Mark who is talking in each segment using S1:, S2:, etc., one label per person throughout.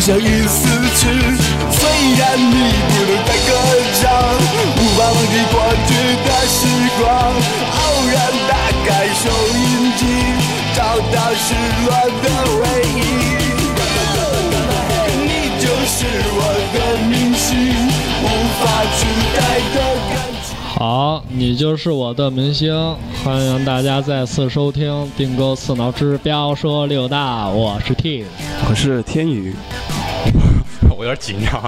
S1: 相遇死去。虽然你不能再歌唱，无法忘记过去的时光。偶然打开收音机，找到失落的回忆。你就是我的明星，无法取代的感情。
S2: 好，你就是我的明星，欢迎大家再次收听订购刺挠之标说六大，我是 T。
S3: 我是天宇，
S4: 我有点紧张，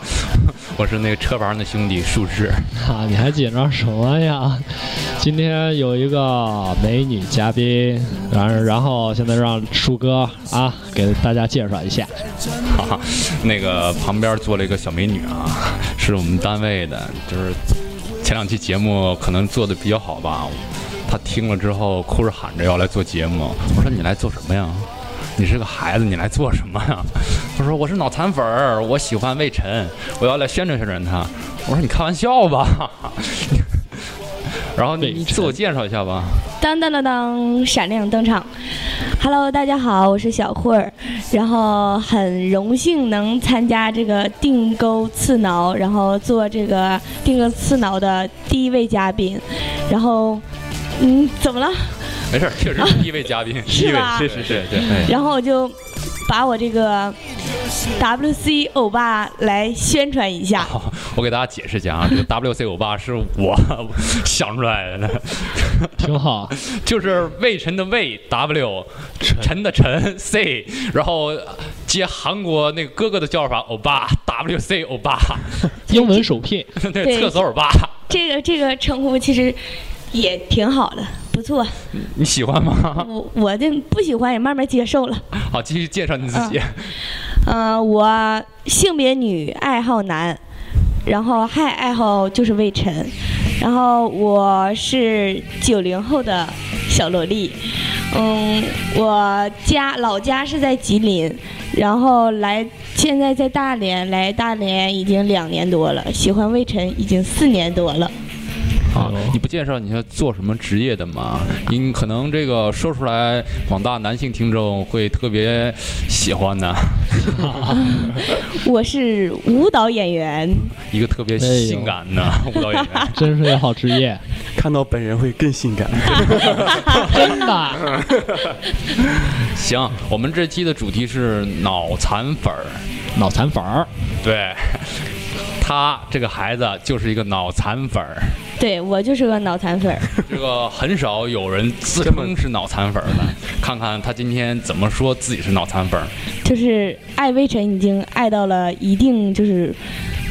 S4: 我是那个车王的兄弟树枝，
S2: 哈，你还紧张什么呀？今天有一个美女嘉宾，然然后现在让树哥啊给大家介绍一下。
S4: 哈哈，那个旁边坐了一个小美女啊，是我们单位的，就是前两期节目可能做的比较好吧，她听了之后哭着喊着要来做节目，我说你来做什么呀？你是个孩子，你来做什么呀？ 她说我是脑残粉儿，我喜欢魏晨，我要来宣传宣传他。我说你开玩笑吧， 然后
S2: 魏晨
S4: 你自我介绍一下吧。
S5: 当当当当，闪亮登场！Hello，大家好，我是小慧儿，然后很荣幸能参加这个定钩刺挠，然后做这个定钩刺挠的第一位嘉宾，然后，嗯，怎么了？
S4: 没 事儿，确实是第一位嘉宾，
S5: 啊是吧
S4: 第一位是哎是是是。
S5: 然后我就把我这个 WC 欧巴来宣传一下。
S4: 好，我给大家解释一下啊，这个 WC 五八是我 想出来的，
S2: 挺好，
S4: 就是魏晨的魏 W，陈的陈 C，然后接韩国那个哥哥的叫法欧巴 WC 欧巴，
S2: 英文首聘，
S4: 对，
S5: 对
S4: 厕所欧巴，
S5: 这个这个称呼其实也挺好的，不错。
S4: 你喜欢吗？
S5: 我我这不喜欢也慢慢接受了。
S4: 好，继续介绍你自己。
S5: 呃，我性别女，爱好男，然后还爱好就是魏晨，然后我是九零后的小萝莉，嗯，我家老家是在吉林，然后来现在在大连，来大连已经两年多了，喜欢魏晨已经四年多了。
S4: 啊
S2: 哦，
S4: 你不介绍你是做什么职业的吗？你可能这个说出来，广大男性听众会特别喜欢的，
S5: 我是舞蹈演员，
S4: 一个特别
S2: 哎呦
S4: 性感的舞蹈 演员。
S2: 真是个好职业，
S3: 看到本人会更性感。
S2: 真的。
S4: 行，我们这期的主题是脑残粉儿。
S2: 脑残粉儿，
S4: 对，他这个孩子就是一个脑残粉儿，
S5: 对我就是个脑残粉儿。
S4: 这个很少有人自称是脑残粉儿的。看看他今天怎么说自己是脑残粉儿。
S5: 就是爱微尘已经爱到了一定就是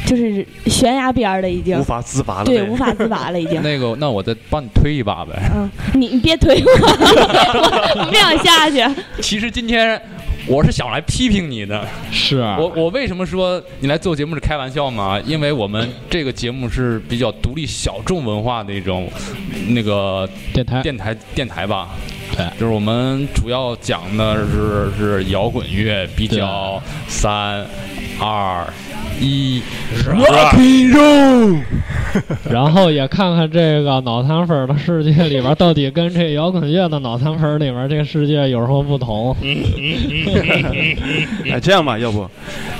S5: 就是悬崖边儿了，已
S3: 无
S5: 经
S3: 法自拔了呗，
S5: 对无法自拔了，已经。
S4: 那个，那我再帮你推一把呗。
S5: 嗯，你你别推我，我不想下去。
S4: 其实今天我是想来批评你的。
S2: 是
S4: 我我为什么说你来做节目是开玩笑嘛？因为我们这个节目是比较独立小众文化的一种那个
S2: 电台
S4: 电台电台吧，
S2: 对
S4: 就是我们主要讲的是是摇滚乐，比较三二一，
S2: 啊
S3: Rocky Roll，
S2: 然后也看看这个脑残粉儿的世界里边儿到底跟这摇滚乐的脑残粉儿里边儿这个世界有什么不同。
S4: 嗯
S3: 哎，这样吧，要不，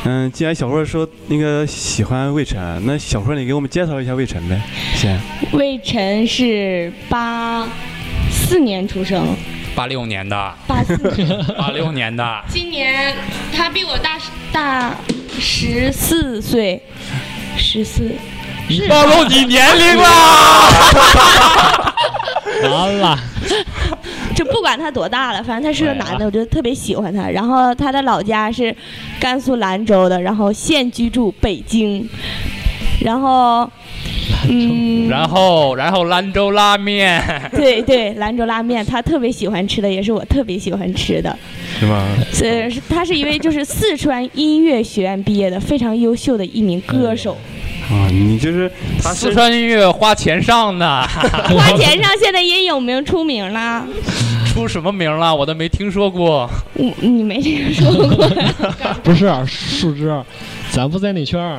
S3: 嗯，既然小慧说那个喜欢魏晨，那小慧你给我们介绍一下魏晨呗，先。
S5: 魏晨是八四年出生，
S4: 八六年的，
S5: 八四年，，
S4: 八六年的
S5: 今年他比我大十大十四岁，十四。
S4: 你暴露你年龄了。
S2: 完了，
S5: 就不管他多大了，反正他是个男
S2: 哎
S5: 的，
S2: 呀
S5: 我就特别喜欢他。然后他的老家是甘肃兰州的，然后现居住北京。然后，嗯，
S4: 然后然后兰州拉面，
S5: 对对，兰州拉面，他特别喜欢吃的，也是我特别喜欢吃的。
S3: 是吗？
S5: 所以是他是一位就是四川音乐学院毕业的，非常优秀的一名歌手。
S3: 啊，你就是他
S4: 四川音乐花钱上的，
S2: 哎
S5: 花钱上现在也有名出名了，
S4: 出什么名了？我都没听说过。
S5: 我嗯你没听说过？
S2: 不是树枝，咱不在那圈儿，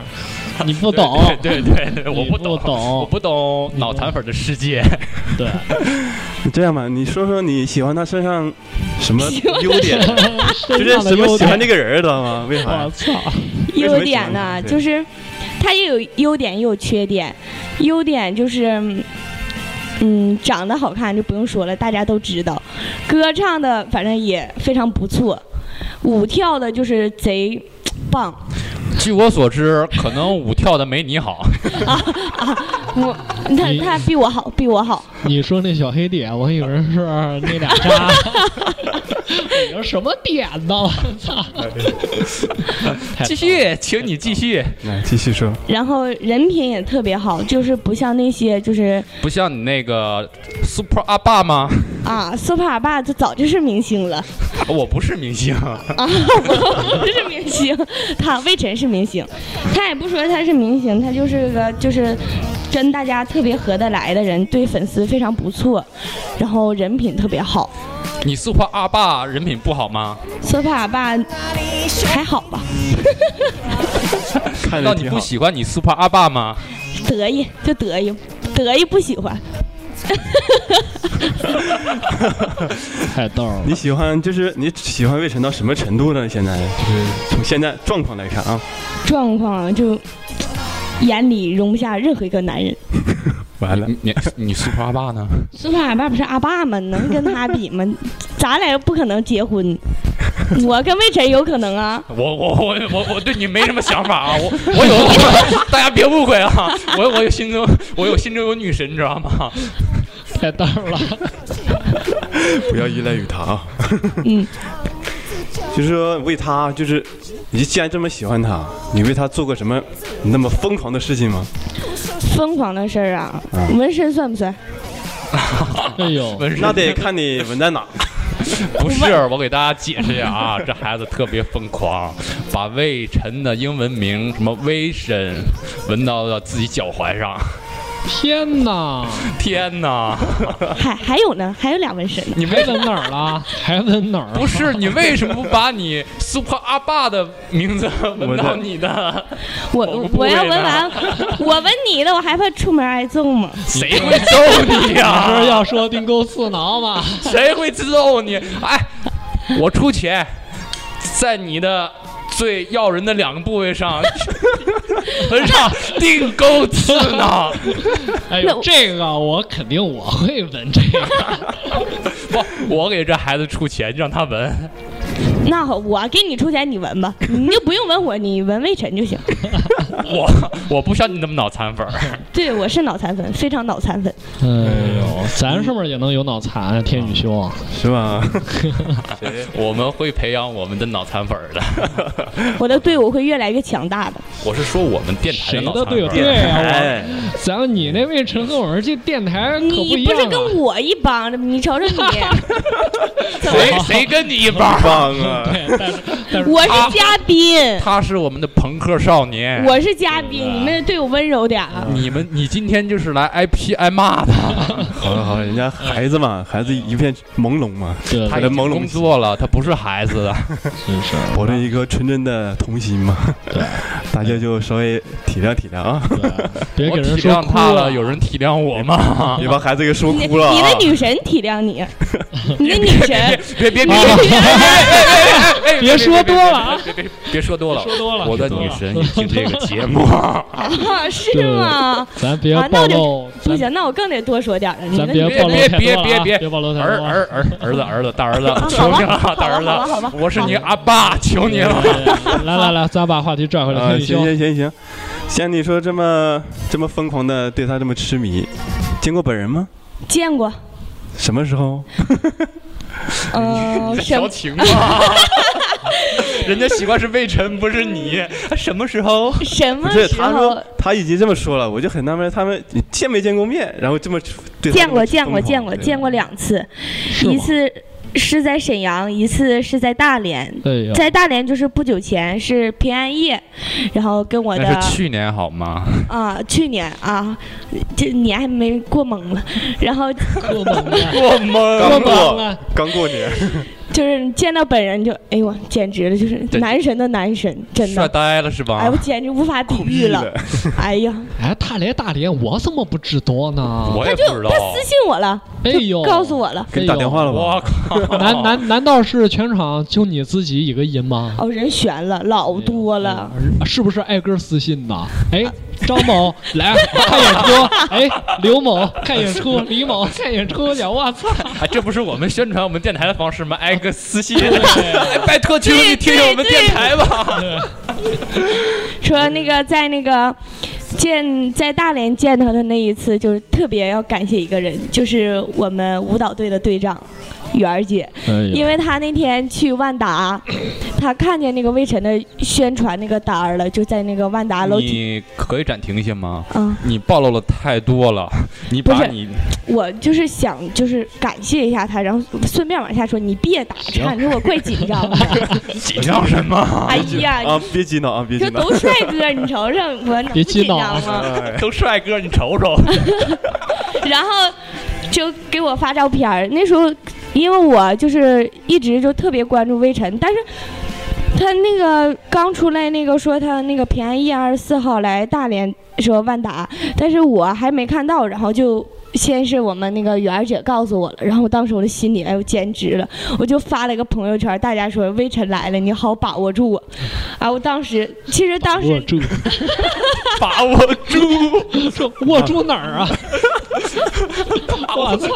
S2: 你不懂。
S4: 对对对对，我
S2: 你不
S4: 懂，
S2: 懂
S4: 我不懂脑残粉的世界。
S2: 对，
S3: 这样吧，你说说你喜欢他身上什么优点？就是
S2: 身上的
S3: 什
S2: 优
S3: 么喜
S2: 点
S3: 欢这个人，知道吗？为啥
S2: 我
S3: 呀？
S2: 操！
S5: 优点呢，
S3: 对
S5: 就是它也有优点也有缺点。优点就是，嗯，长得好看就不用说了，大家都知道。歌唱的反正也非常不错，舞跳的就是贼棒。
S2: 嗯
S4: 据我所知，可能舞跳的没你好。
S5: 我他
S2: 你
S5: 他比我好，比我好。
S2: 你说那小黑点，我以为是那俩渣。你说什么点呢？我 操！
S4: 继续，请你继续。
S3: 来哎继续说，
S5: 然后人品也特别好，就是不像那些就是
S4: 不像你那个 Super 阿爸吗？
S5: 啊，super 阿爸就早就是明星了。
S4: 我不是明星，
S5: 啊，我不是明星，他魏晨是明星，他也不说他是明星，他就是个就是跟大家特别合得来的人，对粉丝非常不错，然后人品特别好。
S4: 你 Super 阿爸人品不好吗？
S5: Super 爸还好吧，
S3: 看着
S4: 让你
S3: 挺
S4: 不
S3: 好。
S4: 喜欢你 Super 阿爸吗？
S5: 得意就得意，得意不喜欢。
S2: 太逗了。
S3: 你喜欢就是你喜欢魏晨到什么程度呢？现在就是从现在状况来看啊，
S5: 状况就眼里容不下任何一个男人。
S3: 完了，
S4: 你你 Super 阿爸呢？
S5: Super 爸不是阿爸吗？能跟他比吗？咱俩又不可能结婚，我跟魏晨有可能啊。
S4: 我我我我我对你没什么想法 啊，我我有， 大家别误会啊， 我我有心中我有心中有女神，你知道 吗？
S2: 太逗了，
S3: 不要依赖于他啊。
S5: 嗯，
S3: 就是说为他，就是你既然这么喜欢他，你为他做过什么那么疯狂的事情吗？
S5: 疯狂的事儿啊，纹身算不算？
S2: 哎呦，
S4: 纹身
S3: 那得看你纹在哪。
S4: 不是，我给大家解释一下啊， 这孩子特别疯狂，把魏晨的英文名什么威神纹到了自己脚踝上，
S2: 天哪！
S4: 天哪！
S5: 还还有呢，还有俩纹身呢。
S2: 你还纹哪儿了？还纹哪儿？
S4: 不是你为什么不把你 Super 阿爸的名字纹到
S3: 我的
S4: 你的？
S5: 我
S4: 我
S5: 我
S4: 不
S5: 我
S4: 会
S5: 要
S4: 呢
S5: 纹完，我纹你的，我还怕出门挨揍吗？
S4: 谁会揍你呀、
S2: 不是要说丁沟刺挠吗？
S4: 谁会揍你？哎，我出钱，在你的最要人的两个部 位上纹上钉钩刺 呢。
S2: 哎
S5: 那
S2: 呦，
S5: 我
S2: 这个我肯定我会纹这 个。
S4: 不，我给这孩子出钱，让他纹。
S5: 那好，我给你出钱，你纹吧，你就不用纹我，你纹魏晨就行。
S4: 我我不像你那么脑残粉儿，
S5: 对，我是脑残粉，非常脑残粉。
S2: 哎呦，咱是不是也能有脑残啊？天宇兄，
S4: 嗯
S3: 是吧？
S4: 我们会培养我们的脑残粉儿的。
S5: 我的队伍会越来越强大的。
S4: 我是说我们电台的
S2: 谁
S4: 脑
S2: 的
S4: 残
S2: 队友？
S4: 粉
S2: 对
S4: 儿。
S2: 呀，
S3: 哎，
S2: 我咱你那位陈和我们这电台可不一
S5: 你
S2: 样
S5: 是
S2: 啊。
S5: 跟我一帮的，你瞅瞅你，
S4: 谁谁跟你一帮？
S3: 棒啊！
S2: 对，但是但是
S5: 我是嘉宾，
S4: 他是我们的朋克少年。
S5: 我是嘉宾，你们对我温柔点啊。
S4: 你们你今天就是来挨批嗯挨骂的。
S3: 好了好了，人家孩子嘛，孩子一片朦胧嘛，
S2: 对
S4: 他
S3: 他
S4: 已
S3: 的
S4: 经
S3: 朦胧
S4: 工作了，他不是孩子的。
S2: 真是
S3: 我这一颗纯真的童心嘛，
S2: 对，
S3: 大家就稍微体谅体谅啊，
S2: 对，别
S4: 我
S2: 给
S4: 体
S2: 人说
S4: 谅
S2: 哭
S4: 他了，有人体谅我 吗？
S3: 别把孩子给说
S5: 你
S3: 哭了啊
S5: 你！的女神体谅你，你的女神，
S4: 别别别别
S2: 啊
S4: 别
S2: 别说多了啊！
S4: 别别别别说多了，
S2: 说多了
S4: 我的
S2: 说多
S4: 女
S2: 了
S4: 神也听这个 节目，
S5: 啊，是吗？
S2: 咱别
S5: 啊那
S2: 暴
S5: 我就
S2: 露，
S5: 不
S2: 咱
S5: 行，那我更得多说点了。你
S2: 咱
S5: 的
S2: 别
S5: 女
S2: 暴露
S4: 别
S2: 太
S4: 别
S2: 多了
S4: 别
S2: 啊
S4: 别
S2: 别暴露太
S4: 儿
S2: 多了啊。
S4: 儿儿儿子儿子大儿子，
S5: 好
S4: 求
S5: 吧
S4: 你了，大儿
S5: 好吧好吧
S4: 子
S5: 好吧，
S4: 我是你阿爸，求你了。
S2: 来来来，咱把话题拽回来，
S3: 啊，
S2: 天宇
S3: 行
S2: 兄，
S3: 行行行，像你说这么这么疯狂的对他这么痴迷，见过本人吗？
S5: 见过，
S3: 什么时候？
S5: 嗯，什
S4: 调情吧， 人家喜欢是魏晨，不是你。 什么时候？
S5: 什
S3: 不
S5: 么
S3: 是，
S5: 时
S3: 他
S5: 候
S3: 说他已经这么说了，我就很纳闷，他们见没见过面，然后这么对他
S5: 见
S3: 这么
S5: 过？见过，
S3: 疯狂
S5: 见过，
S3: 对
S5: 见过两次，
S2: 是
S5: 一
S2: 吗？
S5: 次是在沈阳，一次是在大连。
S2: 哎呦，
S5: 在大连就是不久前是平安夜，然后跟我的
S4: 那是去年好吗？
S5: 啊去年啊，这年还没过懵了，然后
S2: 过猛了，啊
S4: 我们
S3: 呃
S2: 过
S3: 刚
S2: 猛啊
S3: 过
S2: 了，
S3: 刚过年，
S5: 就是见到本人就，哎呦，简直了，就是
S4: 对
S5: 男神的男神，真
S4: 帅
S5: 的，
S4: 呆了是吧？啊
S5: 哎，我简直无法抵御了， 哎呀，
S2: 哎，大连大连，我怎么不知道呢？
S4: 我
S5: 他
S4: 也
S5: 就
S4: 不知道
S5: 他。私信我了，
S2: 哎呦，
S5: 告诉我了，
S3: 给你打电话了吧？
S4: 我靠！
S2: 难难难道是全场就你自己一个人吗？哎呃
S5: 哦，人悬了，老 多了，
S2: 是不是挨个私信呐？哎，张某来看演出，哎，刘某看演出，李某看演出去，我操！
S4: 哎，这不是我们宣传我们电台的方式吗？挨个私信，哎拜托听众你听听我们电台吧。
S5: 说那个在那个见在大连见他的那一次，就是特别要感谢一个人，就是我们舞蹈队的队长媛儿姐，
S3: 哎
S5: 因为她那天去万达，她看见那个魏晨的宣传那个单儿了，就在那个万达楼底。
S4: 你可以暂停一下吗？
S5: 嗯，
S4: 你暴露了太多了，你
S5: 不
S4: 把
S5: 是
S4: 你
S5: 我就是想，就是感谢一下她，然后顺便往下说，你别打岔，你说我怪紧 张的。
S4: 紧张什么？
S5: 哎呀，
S3: 啊，别激恼啊，别
S5: 你说
S3: 激恼。
S5: 都帅哥，你瞅瞅我能不
S2: 别
S5: 紧
S2: 激
S5: 张
S2: 恼啊
S5: 吗？
S3: 哎
S4: 都帅哥，你瞅瞅，
S5: 然后就给我发照片儿。那时候因为我就是一直就特别关注魏晨，但是。他那个刚出来，那个说他那个平安夜二十四号来大连，说万达，但是我还没看到，然后就先是我们那个媛儿姐告诉我了，然后当时我的心里哎呦简直了，我就发了一个朋友圈，大家说魏晨来了，你好把握住我，啊，我当时其实当
S2: 握
S5: 时
S2: 住，
S4: 把我住！
S2: 说握住哪儿 啊？我操！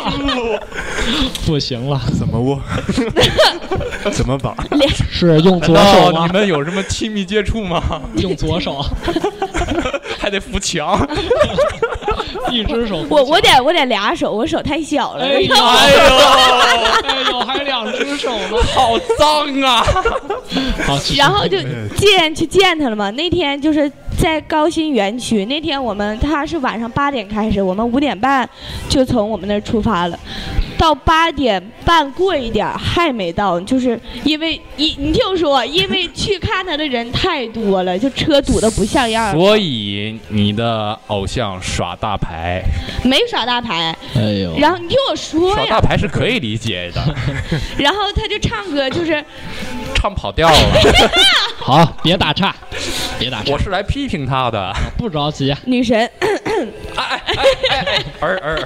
S2: 不行了，
S3: 怎么握？ 怎么 把？
S2: 是用左手
S4: 难道
S5: 啊
S2: 吗
S3: 哎
S4: 你？们有什么亲密接触吗？
S2: 用左手，
S4: 还得扶墙？
S2: 一只手。
S5: 我我得我得俩手，我手太小了，
S2: 哎呦
S4: 哎 呦，
S2: 哎呦，还两只手呢。
S4: 好脏啊！
S2: 好，
S5: 然后就见去见他了嘛。那天就是在高新园区，那天我们他是晚上八点开始，我们五点半就从我们那儿出发了，到八点半过一点儿还没到，就是因为一你听我说，因为去看他的人太多了，就车堵得不像样儿，
S4: 所以你的偶像耍大牌，
S5: 没耍大牌。
S2: 哎呦，
S5: 然后你听我说
S4: 耍
S5: 呀
S4: 大，牌是可以理解的，
S5: 然后他就唱歌，就是
S4: 唱跑调了。
S2: 好，别打岔，别打岔
S4: 我，是来批评他 的。
S2: 不着急。
S5: 女神。
S4: 哎儿儿儿，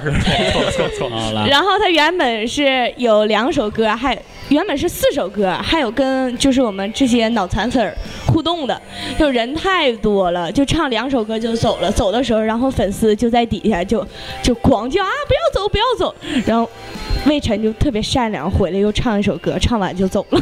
S4: 错错错。啊
S2: 好了，
S5: 然后他原本是有两首歌，还原本是四首歌，还有跟就是我们这些脑残粉儿互动的，就人太多了，就唱两首歌就走了。走的时候，然后粉丝就在底下就就狂叫啊，不要走，不要走。然后魏晨就特别善良，回来又唱一首歌，唱完就走了。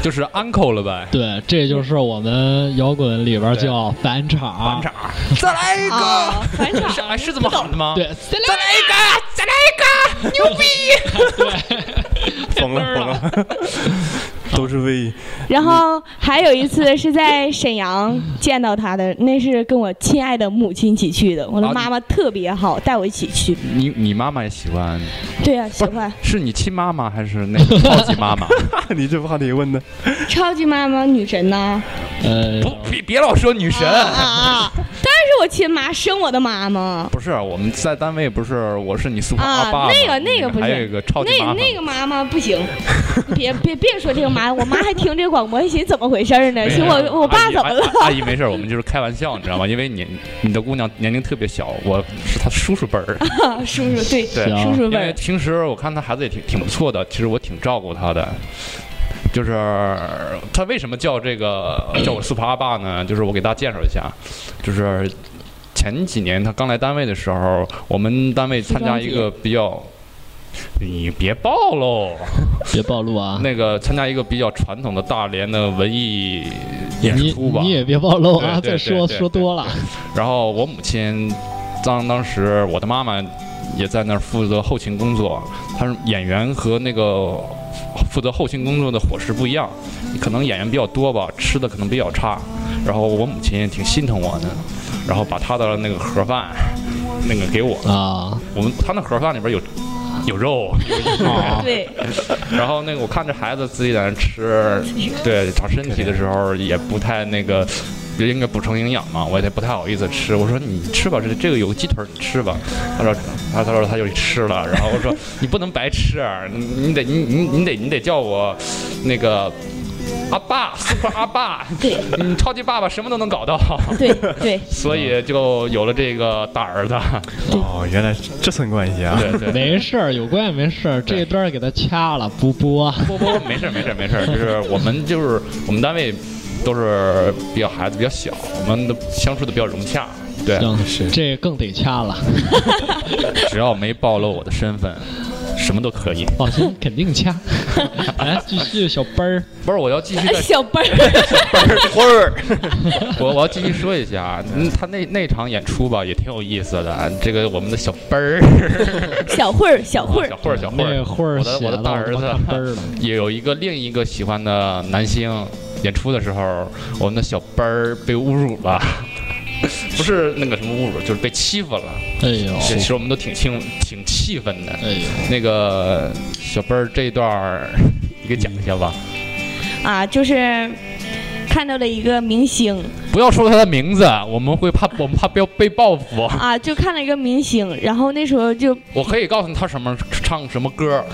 S4: 就是 uncle 了呗。
S2: 对，这就是我们摇滚里边叫返场。
S4: 返场，再来一
S5: 啊，返场
S4: 是哎是这么 喊的吗？
S2: 对，
S4: 再来一个，再 来一个，牛逼！
S3: 疯了疯了， 都是 为
S5: 然后还有一次是在沈阳见到他的，那是跟我亲爱的母亲一起去的，我的
S4: 啊
S5: 妈妈特别好，带我一起去。
S4: 你你妈妈也喜欢，
S5: 对呀、喜欢。
S4: 是你亲妈妈还是那个超级妈妈？
S3: 啊你这话题问的，
S5: 超级妈妈女神呐、
S2: 呃，
S4: 不，别 别老说女神。
S5: 啊啊！当然是我亲妈生我的妈妈，
S4: 不是，啊我们在单位不是，我是你苏胖
S5: 啊
S4: 阿爸吗
S5: 那个那个不是
S4: 还有一个超级妈
S5: 那
S4: 妈，
S5: 那个妈妈不行， 别别别说这个妈，我妈还听这个广播，还寻思怎么回事儿呢？
S4: 没事哎
S5: 寻思我我爸
S4: 阿姨
S5: 怎么了？
S4: 阿阿姨没事，我们就是开玩笑，你知道吗？因为你你的姑娘年龄特别小，我是她叔叔辈儿。
S5: 叔叔
S4: 对
S5: 对，
S2: 行
S5: 叔叔
S4: 因
S5: 辈
S4: 为
S5: 儿
S4: 平时我看他孩子也挺挺不错的，其实我挺照顾他的。就是他为什么叫这个叫我苏帕阿爸呢？就是我给大家介绍一下，就是前几年他刚来单位的时候，我们单位参加一个比较，你别暴露，
S2: 别暴露啊！
S4: 那个参加一个比较传统的大连的文艺演
S2: 你
S4: 出吧。
S2: 你也别暴露啊！
S4: 对
S2: 再
S4: 对
S2: 说
S4: 对对
S2: 说多了，
S4: 然后我母亲当当时我的妈妈也在那儿负责后勤工作，她是演员和那个负责后勤工作的伙食不一样，可能演员比较多吧，吃的可能比较差。然后我母亲也挺心疼我的，然后把她的那个盒饭那个给我了，
S2: 啊，
S4: 我们她那盒饭里边有。有肉，
S5: 对，
S4: 然后那个我看着孩子自己在那吃，对长身体的时候也不太那个这应该补充营养嘛，我也不太好意思吃。我说你吃吧，这这个有个鸡腿儿，你吃吧。他说，他他说他就吃了。然后我说你不能白吃啊，你你得你你你得你得叫我那个阿爸，super 阿爸，
S5: 对
S4: 嗯，超级爸爸什么都能搞到，
S5: 对对，
S4: 所以就有了这个大儿子。
S3: 哦，原来这层关 系啊！
S4: 对对，
S2: 没事儿，有关系没事儿，这一段儿给他掐了，不播。啊
S4: 不不，没事儿没事儿没事儿，就是我们就是我们单位都是比较孩子比较小，我们的相处的比较融洽。对，
S2: 行，
S3: 是
S2: 这更得掐了，
S4: 只要没暴露我的身份，什么都可以。
S2: 放心，肯定 掐。来，继续小奔儿，
S4: 不是，我要继续再
S5: 小辈 儿，
S3: 会儿，
S4: 我我要继续说一下，嗯，他那那场演出吧也挺有意思的。啊这个我们的小奔儿，
S5: 小慧儿， 小 慧
S4: 小
S5: 儿，
S4: 慧儿，小慧
S2: 那
S4: 儿，
S2: 会儿
S4: 我的
S2: 写
S4: 我
S2: 了
S4: 的大儿
S2: 我
S4: 子
S2: 看奔 儿了。
S4: 也有一个另一个喜欢的男星。演出的时候，我们的小奔儿被侮辱了， 不是那个什么侮辱，就是被欺负了。
S2: 哎呦，
S4: 其实我们都挺兴挺气愤的。
S2: 哎呦，
S4: 那个小奔儿这一段儿，你给讲一下吧，
S5: 啊，就是看到了一个明星
S4: 不要说他的名字，啊我们会怕，我们怕被被报复。
S5: 啊，就看了一个明星，然后那时 候就
S4: 我可以告诉你他什么唱什么歌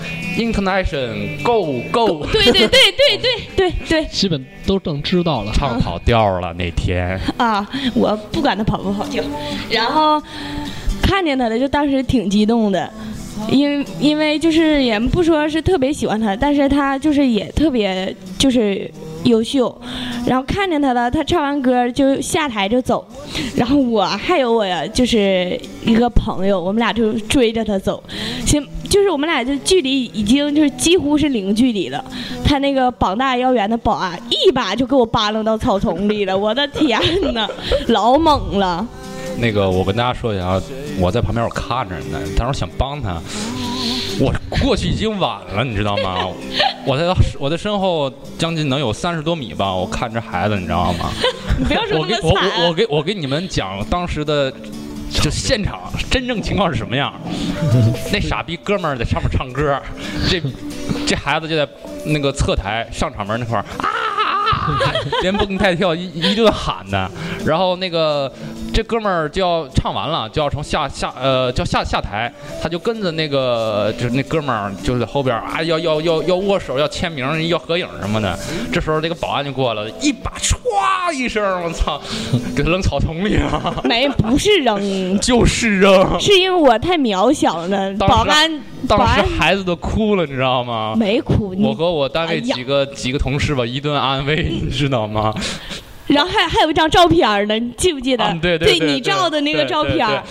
S4: ，Intonation Go Go，
S5: 对对对对对对对
S2: 基本都正知道了。
S4: 唱跑调了那天。
S5: 啊，我不管他跑不跑跳，然后看见他了，就当时挺激动的。因因为就是也不说是特别喜欢他，但是他就是也特别就是优秀，然后看见他了，他唱完歌就下台就走，然后我还有我呀就是一个朋友，我们俩就追着他走，先就是我们俩就距离已经就是几乎是零距离了，他那个膀大腰圆的保安一把就给我扒拉到草丛 里了，我的天呐，老猛了，
S4: 那个我跟大家说一下啊，我在旁边我看着呢，但是我想帮他，我过去已经晚了，你知道吗？我在他我在身后将近能有三十多米吧，我看着孩子，你知道吗？
S5: 你不要说
S4: 我给
S5: 那
S4: 我
S5: 么
S4: 我我
S5: 惨，
S4: 给我给你们讲当时的。就现场真正情况是什么样？那傻逼哥们儿在上面唱歌，这这孩子就在那个侧台上场门那块儿啊，连蹦带跳一一顿喊的。然后那个这哥们儿就要唱完了，就要从下下呃就要下下台，他就跟着那个就是那哥们儿就在后边儿啊要要要要握手要签名要合影什么的。这时候这个保安就过来了，一把歘一声，我操，给他扔草丛里了，
S5: 没不是扔，
S4: 就是扔。
S5: 是因为我太渺小了，
S4: 当
S5: 保
S4: 时啊
S5: 安保
S4: 当时
S5: 安
S4: 孩子都哭了，你知道吗？
S5: 没哎哭，你
S4: 我和我单位几个、几个同事吧，一顿安慰，你知道吗？
S5: 然后还还有一张照片呢，你记不记得？
S4: 啊对对
S5: 对
S4: 对
S5: 你照的那个照片，
S4: 对对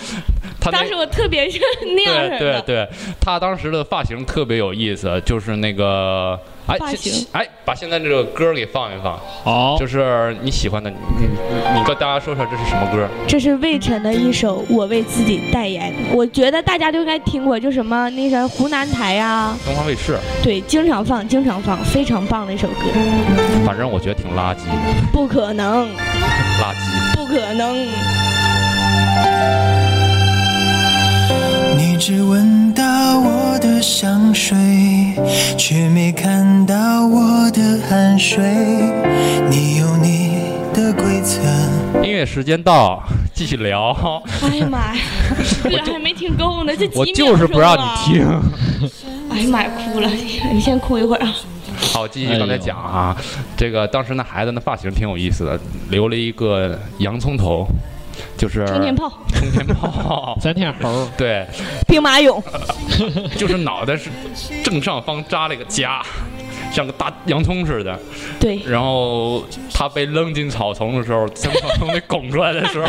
S4: 他那
S5: 当时我特别是那 样
S4: 对
S5: 式
S4: 对
S5: 的，
S4: 对，他当时的发型特别有意思，就是那个哎
S5: 发
S4: 这
S5: 型
S4: 哎，把现在这个歌给放一放，
S2: 好
S4: 就，是你喜欢的，你你你你跟大家说说这是什么歌？
S5: 这是魏晨的一首《我为自己代言》，我觉得大家都应该听过，就什么那个湖南台啊，
S4: 东方卫视，
S5: 对，经常放，经常放，非常棒的一首歌。
S4: 反正我觉得挺垃圾的，
S5: 不可能，
S4: 垃圾。
S5: 不可能。
S6: 你只闻到我的香水，却没看到我的汗水。你有你的规则，
S4: 音乐时间到，继续聊。
S5: 哎呀妈呀，这还没听够呢，这几
S4: 我
S5: 秒
S4: 就是不
S5: 钟
S4: 让
S5: 啊
S4: 你。听。
S5: 哎呀妈呀，哭了，你先哭一会儿啊。
S4: 好，继续刚才讲啊，这个当时那孩子那发型挺有意思的，留了一个洋葱头，就是
S5: 冲天炮，
S4: 冲天炮
S2: 咱天猴 儿，
S4: 对，
S5: 兵马俑，
S4: 就是脑袋是正上方扎了一个夹，像个大洋葱似的。
S5: 对，
S4: 然后他被扔进草丛的时候，从草丛里拱出来的时候，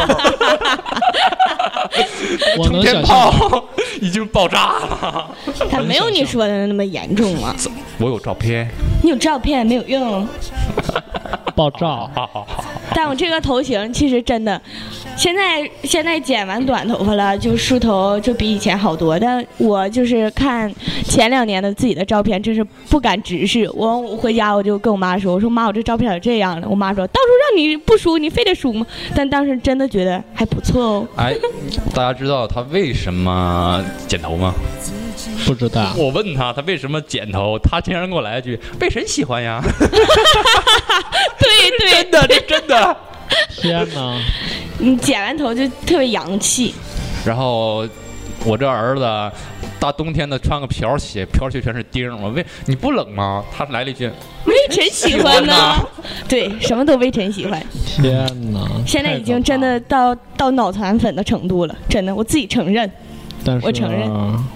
S2: 我
S4: 冲
S2: 能
S4: 天
S2: 想象，
S4: 炮已经爆炸了。
S5: 他没有你说的那么严重啊。
S4: 我有照片，
S5: 你有照片没有用，
S2: 爆照，
S4: 好好好，
S5: 但我这个头型其实真的，现在现在剪完短头发了，就梳头就比以前好多。但我就是看前两年的自己的照片，真是不敢直视。我我回家我就跟我妈说，我说妈，我这照片有这样了。我妈说，到时候让你不梳，你非得梳吗？但当时真的觉得还不错哦。
S4: 哎，大家知道他为什么剪头吗？
S2: 不知道。
S4: 我问他他为什么剪头，他竟然 给我来一句被谁喜欢呀？
S5: 对对
S4: 真的，这真的。
S2: 天哪！
S5: 哦你剪完头就特别洋气。
S4: 然后我这儿子大冬天的穿个瓢鞋，瓢鞋全是钉儿。我问你不冷吗？他来了一句，
S5: 微臣喜欢呢， 对，什么都微臣喜欢。
S2: 天哪！
S5: 现在已经真的到到脑残粉的程度了，真的，我自己承认。
S2: 但是
S5: 我承认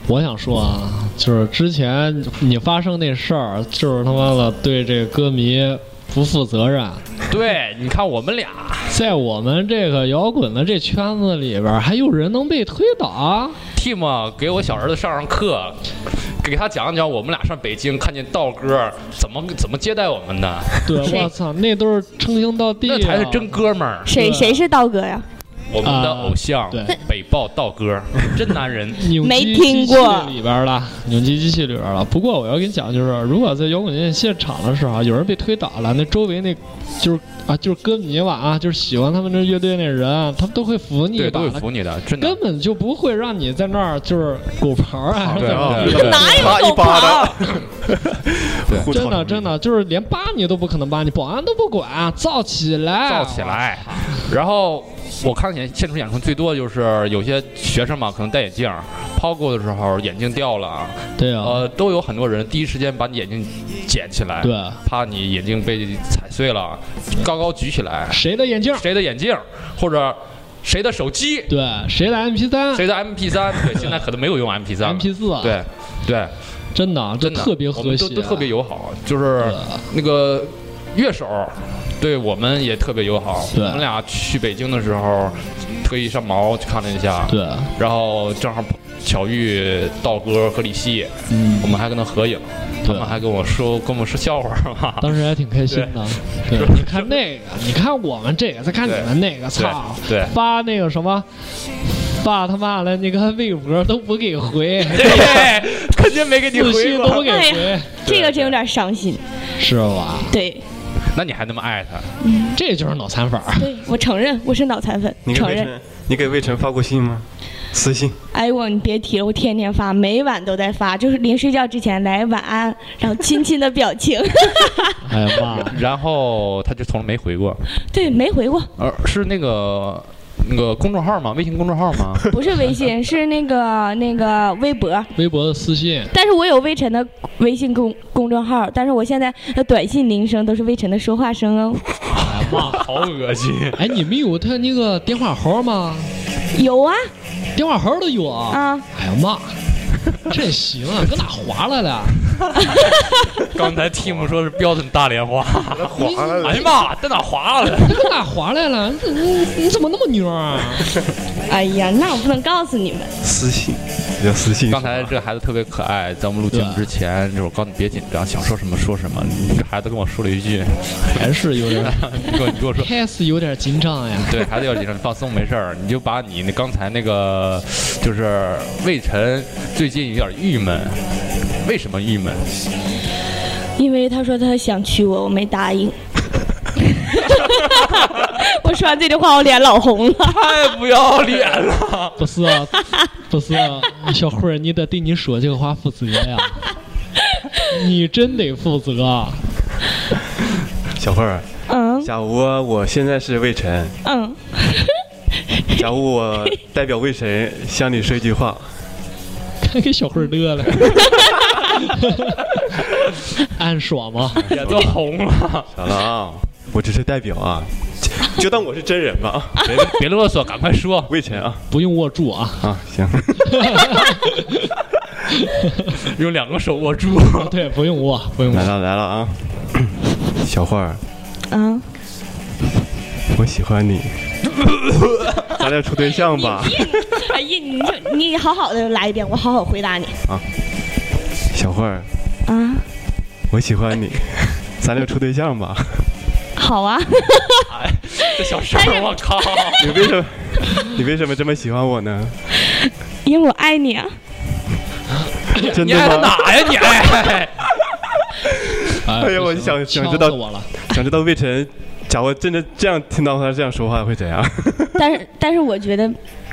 S2: 我想说啊，就是之前你发生那事儿，就是他妈的对这个歌迷不负责任。
S4: 对，你看我们俩，
S2: 在我们这个摇滚的这圈子里边儿，还有人能被推倒啊？
S4: Tim 给我小儿子上上课，给他讲讲我们俩上北京看见道哥怎么怎么接待我们的，
S2: 对，
S5: 谁
S2: 我操，那都是称兄道弟、啊，
S4: 那才是真哥们儿，
S5: 谁
S2: 对
S5: 谁是道哥呀？
S4: 我们的
S2: 啊
S4: 偶像，
S2: 对
S4: 北豹道哥， 真男人。
S2: 扭
S5: 没
S2: 机
S5: 听
S2: 机器
S5: 过
S2: 里边儿了，扭机机器里边儿了。不过我要跟你讲，就是如果在摇滚乐现场的时候啊，有人被推倒了，那周围那就是啊，就是歌迷吧啊，就是喜欢他们这乐队那人啊，他们都会扶你一
S4: 对，
S2: 把
S4: 都会
S2: 的，
S4: 服你的，真的
S2: 根。本就不会让你在那儿就是骨牌儿啊，还是
S4: 对
S2: 怎么
S4: 对
S2: 地
S4: 对，
S5: 哦哪
S3: 啪
S5: 有
S3: 一
S5: 狗
S3: 巴
S5: 刨
S3: 掌？，胡
S2: 真
S3: 同
S2: 的真的就是连扒你都不可能扒你，保安都不管，造起来，啊
S4: 造起。来。 然后我看演现场演出最多就是有些学生嘛，可能戴眼镜儿，抛过的时候眼镜掉了，
S2: 对啊，
S4: 呃，都有很多人第一时间把你眼镜捡起来，
S2: 对，
S4: 怕你眼镜被踩碎了，啊高高举起来，
S2: 谁的眼镜儿？
S4: 谁的眼镜儿或者谁的手机，
S2: 对，谁的 MP 三
S4: 谁的 MP 3对， 现在可能没有用 MP 3
S2: ？MP 四？，啊
S4: 对对，
S2: 真的，啊这
S4: 真的
S2: 特别
S4: 我
S2: 和
S4: 们
S2: 谐，啊
S4: 都都特别友好，就是
S2: 对
S4: 那个乐手对我们也特别友好。我
S2: 对
S4: 们俩去北京的时候，特意上毛去看了一下，
S2: 对，
S4: 然后正好巧遇道哥和李希，
S2: 嗯
S4: 我。们还跟他合影，他
S2: 对
S4: 们还跟我说跟我们说笑话嘛。
S2: 当时还挺开心的。对，你看那个，你看我们这个，再看你们那个，
S4: 对
S2: 操，
S4: 对
S2: 发那个什么，发他妈的那个微博都不给 回，
S4: 对，肯定没给你
S2: 私
S4: 回
S2: 信都不
S4: 过。
S2: 给
S5: 哎
S2: 回
S5: 呀，这个真有点伤心。
S2: 是吧？
S5: 对，
S4: 那你还那么爱他？
S2: 这就是脑残粉儿。
S5: 对我承认我是脑残粉
S3: 你，给
S5: 承
S3: 魏
S5: 认。
S3: 晨，你给魏晨发过信吗？私信。
S5: 哎呦，你别提了，我天天发，每晚都在发，就是临睡觉之前来晚安，然后亲亲的表 情。
S2: 哎呀妈，
S4: 然后他就从来没回过，
S5: 对，没回过，
S4: 呃，是那个那个公众号吗？微信公众号吗？
S5: 不是微 信，是那个那个微博。
S2: 微博的私信，
S5: 但是我有魏晨的微信公公众号，但是我现在的短信铃声都是魏晨的说话声哦。
S2: 哎呀妈，
S4: 好恶心。
S2: 哎，你们有他那个电话号吗？
S5: 有啊
S2: 电话号都有啊。
S5: 啊，
S2: 哎呀妈，这行啊，搁哪划来的？
S4: 刚才 Tim 说是标准大连话，
S3: 划了
S4: 哎呀妈，在哪划了？
S2: 这搁哪划来了？你怎你你怎么那么牛啊？
S5: 哎呀，那我不能告诉你们。
S3: 私信，叫私信。
S4: 刚才这孩子特别可爱，在我们录节目之前，就是我告诉你别紧张，想说什么说什么。你这孩子跟我说了一句，
S2: 还是有点，
S4: 你跟我你跟我说，
S2: 开始有点紧张 呀。
S4: 对孩子要紧张，你放松没事儿，你就把你那刚才那个，就是魏晨最近有点郁闷，为什么郁闷？
S5: 因为他说他想娶我，我没答 应。我说完这句话，我脸老红了。
S4: 太不要脸了！
S2: 不是啊， 不是啊，小慧儿，你得对你说这个话负责呀，你真得负责。啊
S3: 小慧儿，
S5: 嗯
S3: 假如啊我现在是魏 晨，
S5: 嗯，
S3: 假如我代表魏晨向你说一句话，
S2: 看给小慧儿乐了，暗爽吗？
S4: 脸都红了，
S3: 咋了啊？我只是代表啊， 就当我是真人吧啊，
S4: 别别啰嗦，赶快说。
S3: 魏晨啊
S2: 不用握住啊，
S3: 啊，行，
S4: 用两个手握住。
S2: 对，不用握，不用
S3: 来
S2: 握。
S3: 了来了啊， 小慧儿，
S5: 啊，
S3: 我喜欢 你，咱俩处对象吧
S5: 你哎呀，你就你好好的来一遍，我好好回答你
S3: 小慧儿，
S5: 啊。
S3: 我喜欢你，咱俩处对象吧。
S5: 好啊，
S4: 这小声儿，我靠！
S3: 你为什么？ 你为什么这么喜欢我呢？
S5: 因为我爱你啊。
S3: 真
S4: 你爱他
S3: 的吗？
S4: 哪呀？你爱？
S2: 哎
S3: 哎呀我想想知道
S2: 呛死我了。
S3: 想知道魏晨，假如真的这样听到他这样说话会怎样？
S5: 但是但是我觉得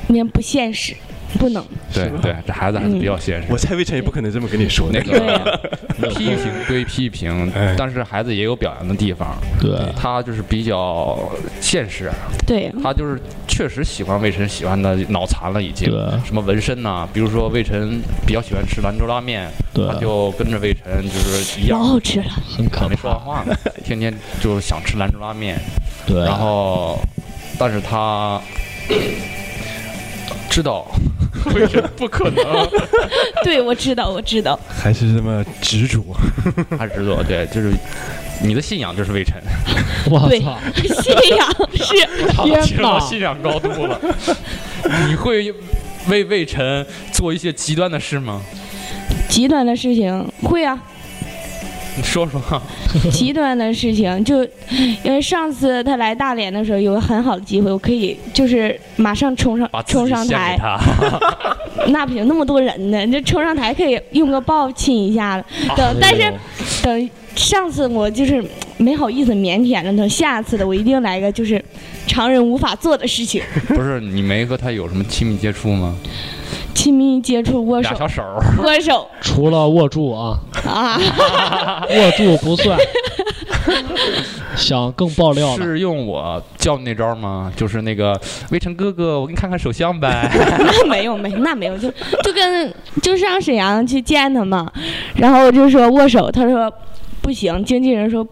S5: 那不现实，不能。
S4: 对对，这孩子还是比较现实。
S3: 我在魏晨也不可能这么跟你说
S4: 那
S3: 的。
S5: 啊
S4: 个 批评归批评
S3: 哎，
S4: 但是孩子也有表扬的地方。
S2: 对
S4: 他就是比较现实，啊
S5: 对，啊
S4: 他就是确实喜欢魏晨，喜欢的脑残了已经。
S2: 对
S4: 什么纹身呐、比如说魏晨比较喜欢吃兰州拉面，
S2: 对
S4: 他就跟着魏晨就是一
S5: 老
S4: 样，
S5: 好吃了。
S2: 很可
S4: 没说
S2: 怕
S4: 完。话呢，天天就是想吃兰州拉 面，
S2: 对，
S4: 然后，但是他知 道魏晨不可能。
S5: 对，我知道，我知道。
S3: 还是这么执 着，
S4: 他知道，对，就是你的信仰就是魏晨，
S2: 我
S5: 对
S2: 操，，
S5: 信仰是
S4: 提
S2: 天
S4: 升
S2: 哪！
S4: 到信仰高度了。 你会为魏晨做一些极端的事吗？
S5: 极端的事情，会啊，
S4: 你说说，
S5: 极端的事情就，因为上次他来大连的时候有个很好的机会，我可以就是马上冲上
S4: 把自
S5: 冲
S4: 己
S5: 上
S4: 献给
S5: 台，
S4: 他，
S5: 那不行，那么多人呢，你这冲上台可以用个抱亲一下了。
S4: 啊
S5: 等，但
S2: 哎
S5: 是等上次我就是没好意思腼腆了，等下次的我一定来个就是常人无法做的事情，
S4: 不是你没和他有什么亲密接触吗？
S5: 亲密接触、 握
S4: 俩
S5: 手、
S4: 小手儿，
S5: 握手
S2: 除了握住啊，
S5: 啊，
S2: 握住不 算。想更爆料的，
S4: 是用我教你那招吗？就是那个魏晨哥哥，我给你看看手相呗。
S5: 那没有没那没有，就就跟就上沈阳去见他嘛，然后我就说握手，他说不行，经纪人说。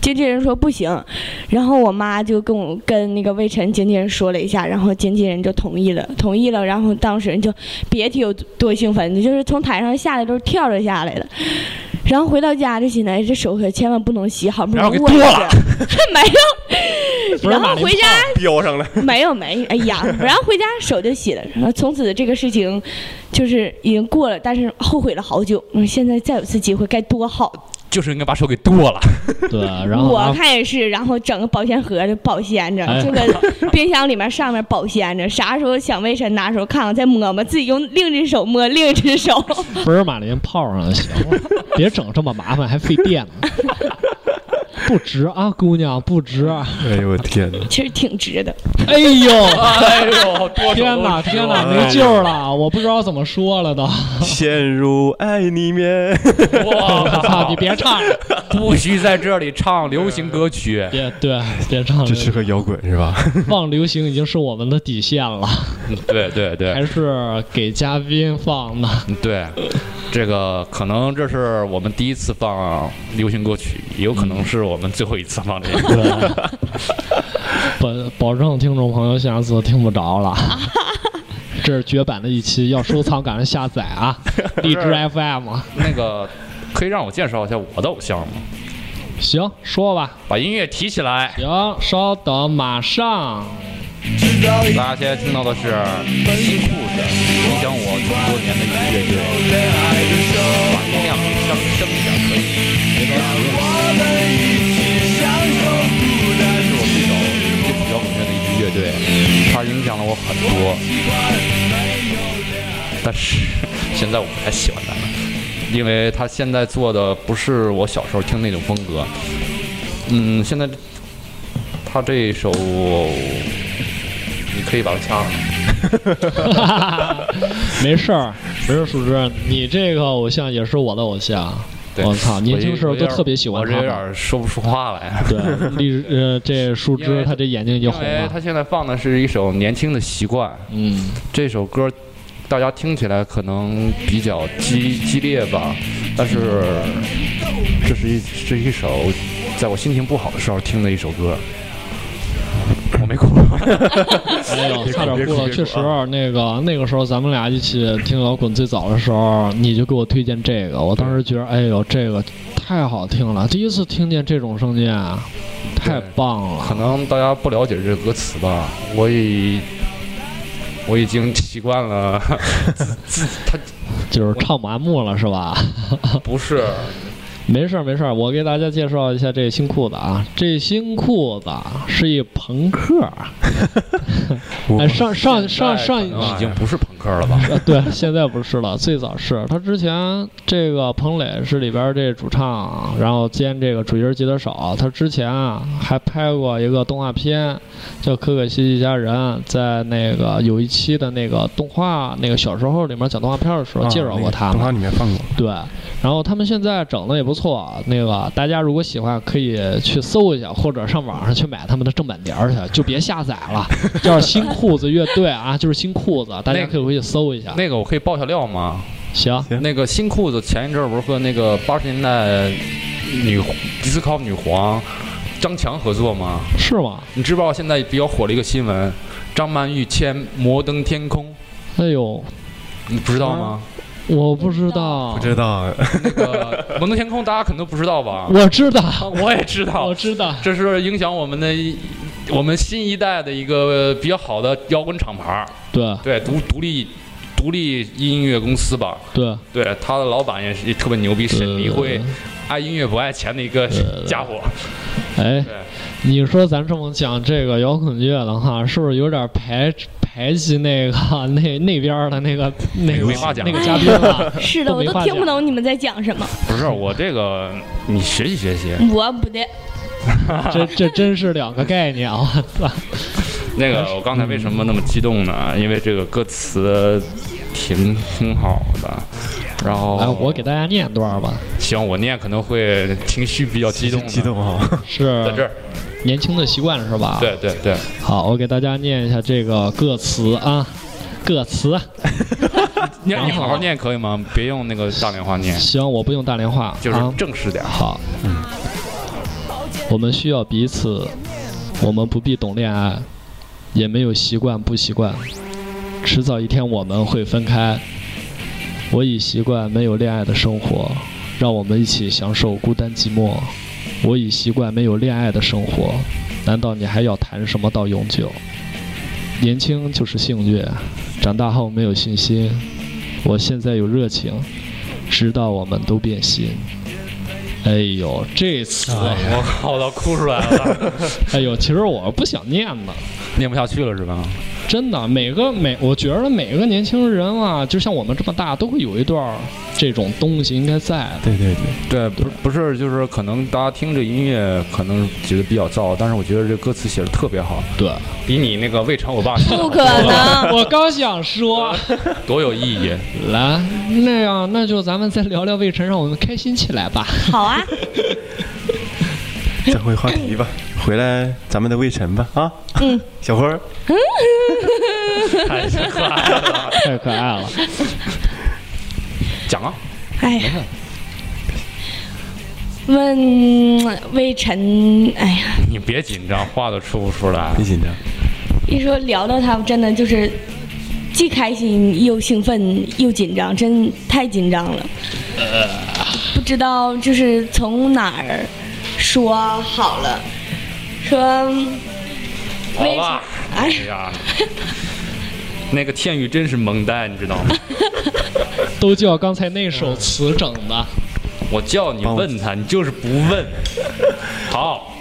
S5: 经纪人说不行，然后我妈就跟我跟那个魏晨经纪人说了一下，然后经纪人就同意了，同意了，然后当事人就别提有多兴奋，就是从台上下来都是跳着下来的，然后回到家就寻思，哎，这手可千万不能洗，好不
S4: 然
S5: 能
S4: 后给
S5: 握
S4: 剁
S5: 着，
S4: 了
S5: 没
S2: 不是
S5: 有，然后
S2: 马林
S5: 回家
S3: 标上了。
S5: 没有没，哎呀，然后回家手就洗了，然后从此这个事情就是已经过了，但是后悔了好久。嗯，现在再有次机会该多好！
S4: 就是应该把手给剁了，
S2: 对，然后
S5: 我
S2: 拿
S5: 看也是，然后整个保鲜盒就保鲜着，
S2: 哎
S5: 这个冰箱里面上面保 鲜着，啥时候想卫生拿时候看看再摸摸，自己用另一只手摸另一 只手。
S2: 福尔马林泡上就行了，别整这么麻烦，还费电呢。不值啊，姑娘，不值、啊。
S3: 哎呦我天哪！
S5: 其实挺值的，
S2: 哎呦，
S4: 哎呦，剁手
S2: 天哪，
S4: 哪
S2: 天哪，没救了，我不知道怎么说了都。
S3: 陷入爱里面，
S2: 我 操，
S4: 哇
S2: 你别唱 了，
S4: 不许在这里唱流行 歌曲。
S2: 别对，别唱
S3: 这适
S2: 了，
S3: 合摇滚是吧？
S2: 放流行已经是我们的底线了，
S4: 对对对
S2: 还是给嘉宾放的。
S4: 对，这个可能这是我们第一次放流行歌曲，也有可能是我们最后一次放这 个。
S2: 对，保保证听众朋友下次听不着 了。这是绝版的一期，要收藏赶上下载 啊！荔枝 FM，
S4: 那个可以让我介绍一下我的偶像吗？
S2: 行，说吧。
S4: 把音乐提起来，
S2: 行，稍等，马上。
S4: 大家现在听到的是新裤子，影响我这么多年的一支乐队，啊把音量给上升一下可以，别着急。这是我们这首接触摇滚乐的一支乐队，它影响了我很多，但是现在我不太喜欢它了，因为它现在做的不是我小时候听那种风格。嗯，现在他这首你可以把它掐了。
S2: 没事儿，没事儿，树枝，你这个偶像也是我的偶像。
S4: 对
S2: 我操，年轻时候
S4: 我有
S2: 都
S4: 点
S2: 特别喜欢
S4: 我这
S2: 他
S4: 有
S2: 们。
S4: 点说不出话来，
S2: 对，荔呃，这树
S4: 因为
S2: 枝他这眼睛已经
S4: 因
S2: 红
S4: 为
S2: 了。
S4: 他现在放的是一首《年轻的习惯》
S2: 嗯，
S4: 这首歌，大家听起来可能比较激激烈吧，但是这是一这是一首在我心情不好的时候听的一首歌。我没哭，
S2: 哎呦，
S4: 别
S2: 差点
S4: 别
S2: 哭了。
S4: 别
S2: 确实，那个那个时候咱们俩一起听摇滚最早的时候，你就给我推荐这个，我当时觉得，哎呦，这个太好听了，第一次听见这种声线啊，太
S4: 对
S2: 棒
S4: 可
S2: 了。
S4: 能大家不了解这个歌词吧，我已我已经习 惯了自自他
S2: 就是唱麻木了是吧？
S4: 不是
S2: 没事儿没事儿，我给大家介绍一下这新裤子啊，这新裤子啊是一朋克儿，哎上上上上
S3: 啊
S4: 已经不是朋科了吧？
S2: 啊，对，现在不是了，最早是他之前这个彭磊是里边儿这主唱，然后兼这个主角吉他手。他之前啊还拍过一个动画片，叫《可可西西一家人》，在那个有一期的那个动画那个小时候里面讲动画片儿的时候介绍过他哦
S3: 啊
S2: 们
S3: 那个动。画里面放过。
S2: 对，然后他们现在整的也不错，啊那个大家如果喜欢可以去搜一下，或者上网上去买他们的正版碟儿去，就别下载了。叫新裤子乐队啊，就是新裤子，大家可以回去搜一下。
S4: 那个我可以爆下料吗？
S2: 行，
S3: 行
S4: 那个新裤子前一阵儿不是和那个八十年代女迪斯科女皇张强合作吗？
S2: 是吗？
S4: 你知不知道现在比较火的一个新闻？张曼玉签《摩登天空》，
S2: 哎呦，
S4: 你不知道吗？
S2: 我不知道，
S3: 不知道，啊
S4: 那个《摩登天空》大家可能都不知道 吧？
S2: 我知道，
S4: 啊我也知道
S2: 我，知道，
S4: 这是影响我们的一我们新一代的一个比较好的摇滚厂牌儿，
S2: 对
S4: 对，独独立独立音乐公司吧。
S2: 对，
S4: 对，他的老板也是特别牛逼，沈黎辉，爱音乐不爱钱的一个家伙。
S2: 哎
S4: 对，
S2: 你说咱这么讲这个摇滚乐的话，是不是有点排排挤那个 那那边儿的那个那个
S4: 没话讲
S2: 那个嘉宾啊了？
S5: 是的，
S2: 都
S5: 我
S2: 没
S5: 都
S2: 话
S5: 听不
S2: 讲
S5: 懂你们在讲什么。
S4: 不是我这 个，你学习学习。
S5: 我不对，
S2: 这这真是两个概念啊！我
S4: 哦
S2: 操，
S4: 那个我刚才为什么那么激动呢？因为这个歌词挺挺好的，然后
S2: 来，我给大家念段儿吧，
S4: 行，我念可能会情绪比较激动的，啊
S3: 激动 啊！
S4: 在这
S2: 是
S4: 儿，
S2: 年轻的习惯是吧？
S4: 对对对，
S2: 好，我给大家念一下这个歌词啊，歌词。
S4: 你让你好好念可以吗？别用那个大连话念，
S2: 行，我不用大连话，
S4: 就是
S2: 啊
S4: 正式点儿。
S2: 好，嗯，我们需要彼此，我们不必懂恋爱，也没有习惯不习惯，迟早一天我们会分开。我已习惯没有恋爱的生活，让我们一起享受孤单寂寞。我已习惯没有恋爱的生活，难道你还要谈什么到永久？年轻就是性虐，啊长大后没有信心。我现在有热情，直到我们都变心。哎呦，这词，
S4: 我靠，我都哭出来 了，
S2: 哎呦，其实我不想念的，
S4: 念不下去了是吧？
S2: 真的，每个每，我觉得每个年轻人啊，就像我们这么大，都会有一段儿这种东西应该在的。
S3: 对对对，
S4: 对，不不是，就是可能大家听这音乐可能觉得比较燥，但是我觉得这歌词写的特别好，
S2: 对，
S4: 比你那个未尝我爸写
S5: 不
S4: 得
S5: 可 能。
S2: 我刚想说，
S4: 多有意义。
S2: 来，那样，那就咱们再聊聊魏晨，让我们开心起来吧。
S7: 好啊，
S3: 转回话题吧，回来咱们的魏晨吧啊，嗯， 小辉儿，
S2: 太可爱了，
S4: 讲啊，
S5: 哎呀，问魏晨，哎呀，
S4: 你别紧张，话都说不出来。
S3: 别紧张，
S5: 一说聊到他，真的就是既开心又兴奋又紧张，真太紧张了。不知道就是从哪儿说好了，说
S4: 好吧，
S5: 哎
S4: 哎呀，那个天宇真是萌呆，你知道吗？
S2: 都叫刚才那
S4: 嗯
S2: 首词整的。
S4: 我叫你问他，你就是不问。好，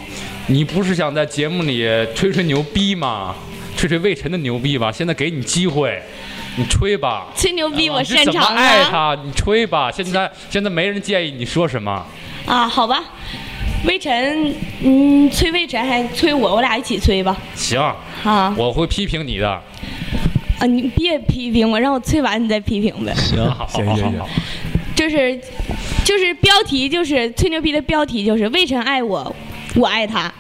S4: 你不是想在节目里吹吹牛逼吗？吹吹魏晨的牛逼吧，现在给你机会，你吹吧。
S5: 吹牛逼我
S4: 你是
S5: 擅
S4: 怎么
S5: 长
S4: 爱
S5: 啊
S4: 他，你吹吧。现在现在没人介意你说什么，
S5: 啊，好吧。魏晨，嗯，催魏晨还催我，我俩一起催吧。
S4: 行，
S5: 啊
S4: 我会批评你的。
S5: 啊，你别批评我，让我催完你再批评呗。
S2: 行，
S4: 好
S3: 行
S4: 好
S3: 行
S4: 好
S3: 行
S4: 好
S5: 就是，就是标题就是吹牛逼的标题就是魏晨爱我，我爱他。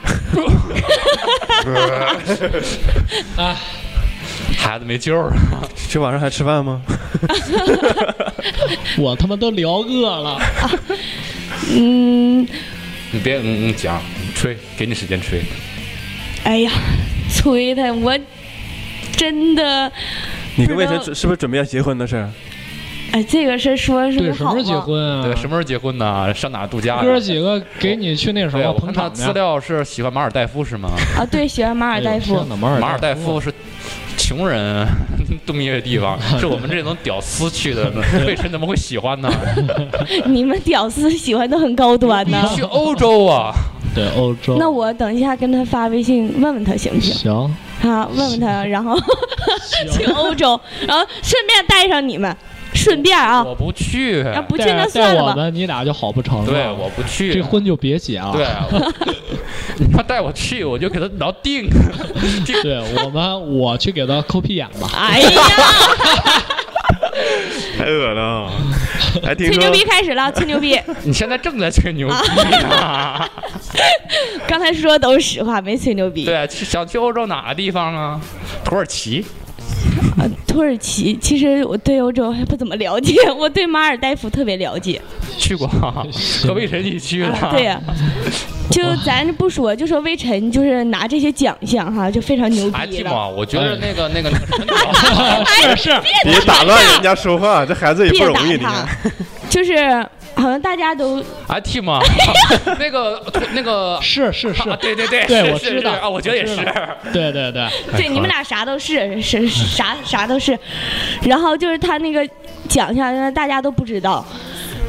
S4: 孩子没救了。
S3: 这晚上还吃饭吗？
S2: 我他妈都聊饿了。
S5: 嗯，
S4: 你别嗯嗯讲，吹，给你时间吹。
S5: 哎呀，催他，我真的，
S3: 你跟魏晨是不是准备要结婚的事儿？
S5: 哎，这个事儿说说
S2: 对，
S5: 不
S2: 什么
S5: 好
S2: 时候
S5: 吗？
S2: 结婚
S4: 对，
S2: 啊？
S4: 嗯什么时候结婚呢？上哪儿度假？
S2: 哥几个给你去那什
S4: 对，
S2: 么
S4: 我
S2: 捧
S4: 看他
S2: 场去
S4: 资。料是喜欢马尔代夫是吗？
S5: 啊，对，喜欢马尔代夫。
S2: 哎呦天哪马尔
S4: 马尔代夫是穷人度蜜月 地方，是我们这种屌丝去的，魏晨怎么 会喜欢呢？
S5: 你们屌丝喜欢都很高端呢
S4: 你。去欧洲啊？
S2: 对，欧洲。
S5: 那我等一下跟他发微信问问他行不行？
S2: 行，
S5: 啊，问问他，然后 去欧洲，然后顺便带上你们，顺便啊，
S4: 我不去，
S5: 要不去
S2: 带
S5: 那
S2: 带
S5: 算
S2: 我
S5: 了吧。
S2: 们，你俩就好不成了。
S4: 对，我不去，
S2: 这婚就别结啊。
S4: 对， 我他带我去，我就给他挠腚，腚
S2: 对，我们我去给他抠屁眼吧。
S5: 哎呀，
S3: 太恶了 啊，还听
S5: 吹
S3: 说
S5: 牛逼开始了，吹牛逼！
S4: 你现在正在吹牛逼 呢。
S5: 刚才说的都是实话，没吹牛逼。
S4: 对，啊去想去欧洲哪个地方啊？土耳其。
S5: 呃土耳其，其实我对欧洲还不怎么了解， 我对马尔代夫特别了解。
S4: 去 过，和魏晨一起去了。
S5: 啊，对呀、就咱不说，就说魏晨就是拿这些奖项哈，就非常牛
S4: 哎，
S5: 逼
S4: 寂
S5: 了。
S4: 寞，我觉得
S2: 哎
S4: 那个那个 那个陈导，
S5: 哎，是
S3: 别打乱人家说话，这孩子也不
S5: 别
S3: 容
S5: 打
S3: 易，你
S5: 他
S3: 看，
S5: 就是好像大家都
S4: 哎，寂寞， 那个那个。
S2: 是是是
S4: 啊，，对对 对，
S2: 对
S4: 是
S2: 我
S4: 是
S2: 知道
S4: 是啊，我觉得也
S2: 我知
S4: 是
S2: 道。 对对对，
S5: 对你们俩啥都是，是是啥啥都是，然后就是他那个奖项，因为大家都不知道。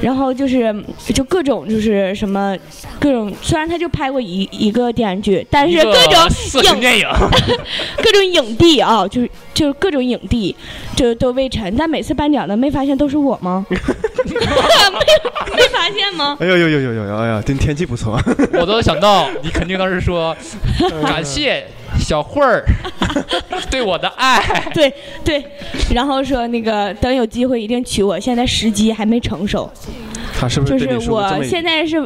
S5: 然后就是，就各种就是什么，各种虽然他就拍过一一个电视剧，但是
S4: 一个
S5: 各种
S4: 色
S5: 影
S4: 情电影，
S5: 各种影帝啊，就是就是各种影帝，就都魏晨。但每次颁奖的，没发现都是我吗？ 没没发现吗？
S3: 哎呦呦呦呦呦呦，哎呀，今天气不错，
S4: 我都想到你肯定当时 说，感谢小慧儿 对我的爱。
S5: 对对，然后说那个等有机会一定娶我，现在时机还没成熟，
S3: 他是不
S5: 就是
S3: 对你
S5: 是
S3: 说过这
S5: 我
S3: 么一
S5: 现在 是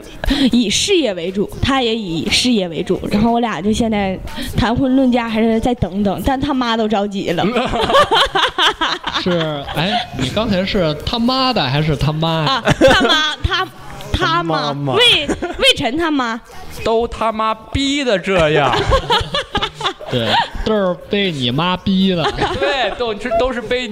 S5: 以事业为主，他也以事业为主，然后我俩就现在谈婚论嫁还是再等等，但他妈都着急 了，
S2: 是哎，你刚才是他妈的还是他妈呀？
S5: 啊，他妈 他。他妈
S3: 妈妈
S5: 魏魏晨他妈，
S4: 都他妈逼的这 样，
S2: 对，都是被你妈逼 的。
S4: 对，都是都是被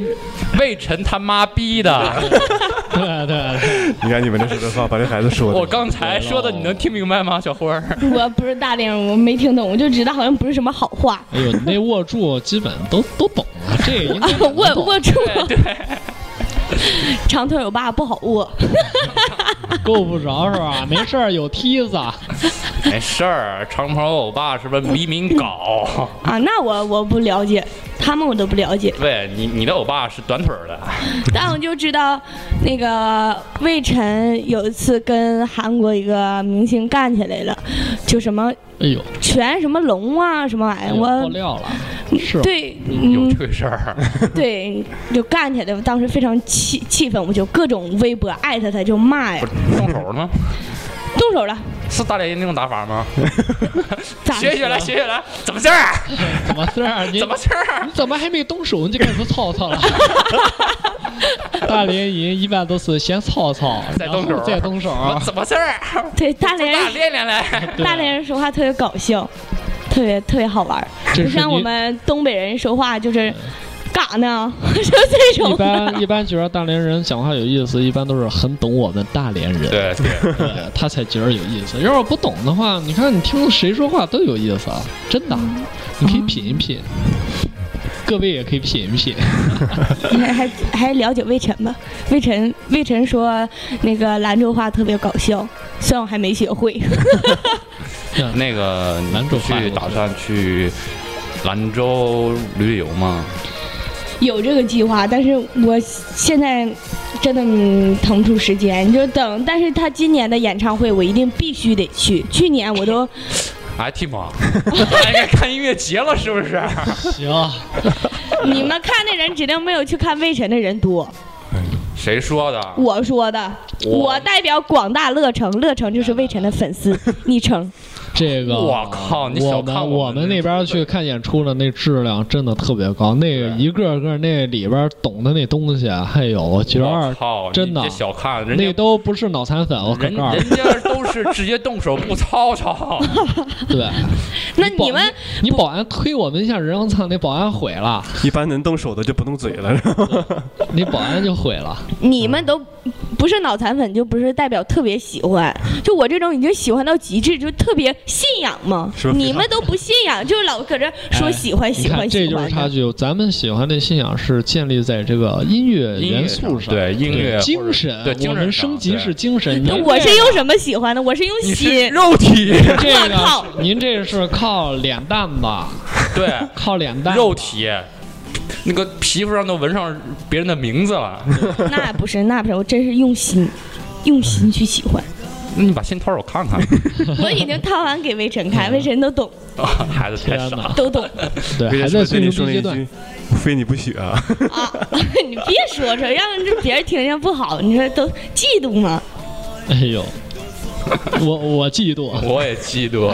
S4: 魏晨他妈逼的。
S2: 对对对，
S3: 你看你们这说的话，把这孩子说
S4: 我
S3: 的，
S4: 刚才说的，你能听明白吗，小辉儿？
S5: 我不是大龄，我没听懂，我就知道好像不是什么好话。
S2: 哎呦，你那握住基本都都懂了，这个应该也能
S5: 握
S2: 懂
S5: 握住， 长腿欧巴不好握。
S2: 够不着是吧？没事儿，有梯子。啊
S4: 没事儿，长袍欧巴是不是黎明搞？
S5: 啊，那我我不了解，他们我都不了解，
S4: 对你，你的欧巴是短腿儿的，
S5: 但我就知道那个魏晨有一次跟韩国一个明星干起来了，就什么
S2: 哎呦，
S5: 全什么龙啊什么玩意
S2: 哎
S5: 儿，
S2: 呦爆
S5: 我
S2: 料了，是
S5: 对，
S4: 有
S5: 嗯
S4: 这，个事儿。
S5: 对，就干起来，我当时非常气气愤，我就各种微博艾特他，就骂呀
S4: 不，是动手了 吗？
S5: 动手了，
S4: 是大连人那种打法吗？
S5: 咋
S4: 学起来，学起来，怎么事儿？啊
S2: 怎么事儿？你
S4: 怎么事儿？啊
S2: 你怎么还没动手你就开始操操了？ 大连人一般都是先操操，
S4: 再动手
S2: 然后再动手。
S4: 怎么事儿？啊
S5: 对大连
S4: 大
S5: 人
S4: 练练来。
S2: 对
S5: 大连人说话特别搞笑，特别特别好玩儿，
S2: 这
S5: 不
S2: 是
S5: 像我
S2: 你
S5: 们东北人说话
S4: 嗯
S5: 就是干啥呢， 就这
S2: 一
S5: 种的。
S2: 般一般觉得大连人讲话有意思，一般都是很懂我们大连人，
S4: 对 对，
S2: 对呃他才觉得有意思。要是不懂的话，你看你听谁说话都有意思，啊，真的，你可以品一品，各位也可以品一品。
S5: 还还还了解魏晨吧，魏晨魏晨说那个兰州话特别搞笑，虽然我还没学会。
S4: 那个
S2: 兰
S4: 你
S2: 州
S4: 不
S2: 话
S4: 去打算去兰州旅游吗？
S5: 有这个计划，但是我现在真的嗯腾不出时间，就等。但是他今年的演唱会我一定必须得去，去年我都
S4: 哎，蒂 姆，哎该看音乐节了是不是？
S2: 行，
S5: 你们看的人指定没有去看魏晨的人多。
S4: 谁说的？
S5: 我说的，
S4: 我
S5: 我代表广大乐城，乐城就是魏晨的粉丝，昵称。
S2: 这个
S4: 我靠你
S2: 我
S4: 小
S2: 们
S4: 看
S2: 我
S4: 我们
S2: 们那边去看演出的那质量真的特别高，那
S4: 对
S2: 一个个那里边懂的那东西，啊还有我觉
S4: 我
S2: 得
S4: 靠，你
S2: 真的
S4: 这小看人
S2: 那
S4: 家。
S2: 都不是脑残粉，我可
S4: 人
S2: 告诉你，
S4: 人家都是直接动手不操 操，
S2: 对，
S5: 那
S2: 保
S5: 你们
S2: 你保安推我们一下，人我操，那保安毁了，
S3: 一般能动手的就不动嘴了，是吧？
S2: 那保安就毁了。
S5: 你们都不是脑残粉就不是代表特别喜欢，就我这种已经喜欢到极致，就特别信仰嘛
S3: 是。不是
S5: 你们都不信仰，就老搁这说喜
S2: 哎
S5: 欢
S2: 你
S5: 喜
S2: 看，
S5: 欢
S2: 这
S5: 喜
S2: 就是
S5: 欢
S2: 差
S5: 的。
S2: 距。咱们喜欢的信仰是建立在这个音乐
S4: 音乐
S2: 元素
S4: 上对音乐或者
S2: 精神。
S4: 对精
S2: 我
S4: 神
S2: 们
S4: 上
S2: 升级
S4: 对
S2: 是精神。
S5: 那
S2: 您
S5: 我是用什么喜欢的？我是用
S4: 你
S5: 心
S4: 是。肉体，
S2: 这
S5: 我靠
S2: 个， 您这是靠脸蛋吧？
S4: 对，
S2: 靠脸蛋吧。
S4: 肉体，那个皮肤上都纹上别人的名字了，
S5: 那不是，那不是，我真是用心，用心去喜 欢。
S4: 那你把心掏我看看，
S5: 我已经掏完给魏晨
S2: 嗯
S5: 看，魏晨都懂，
S4: 啊孩子太
S2: 天
S4: 傻
S2: 哪
S4: 了。！
S5: 都懂
S2: 对，
S3: 别
S2: 还在
S3: 说对
S2: 进
S3: 你
S2: 入
S3: 说了
S2: 阶
S3: 一
S2: 段。
S3: 句，非你不许啊！
S5: 啊！ 你别说说，让这别人听见不好，你说都嫉妒吗？
S2: 哎呦， 我我嫉妒。
S4: 我也嫉妒，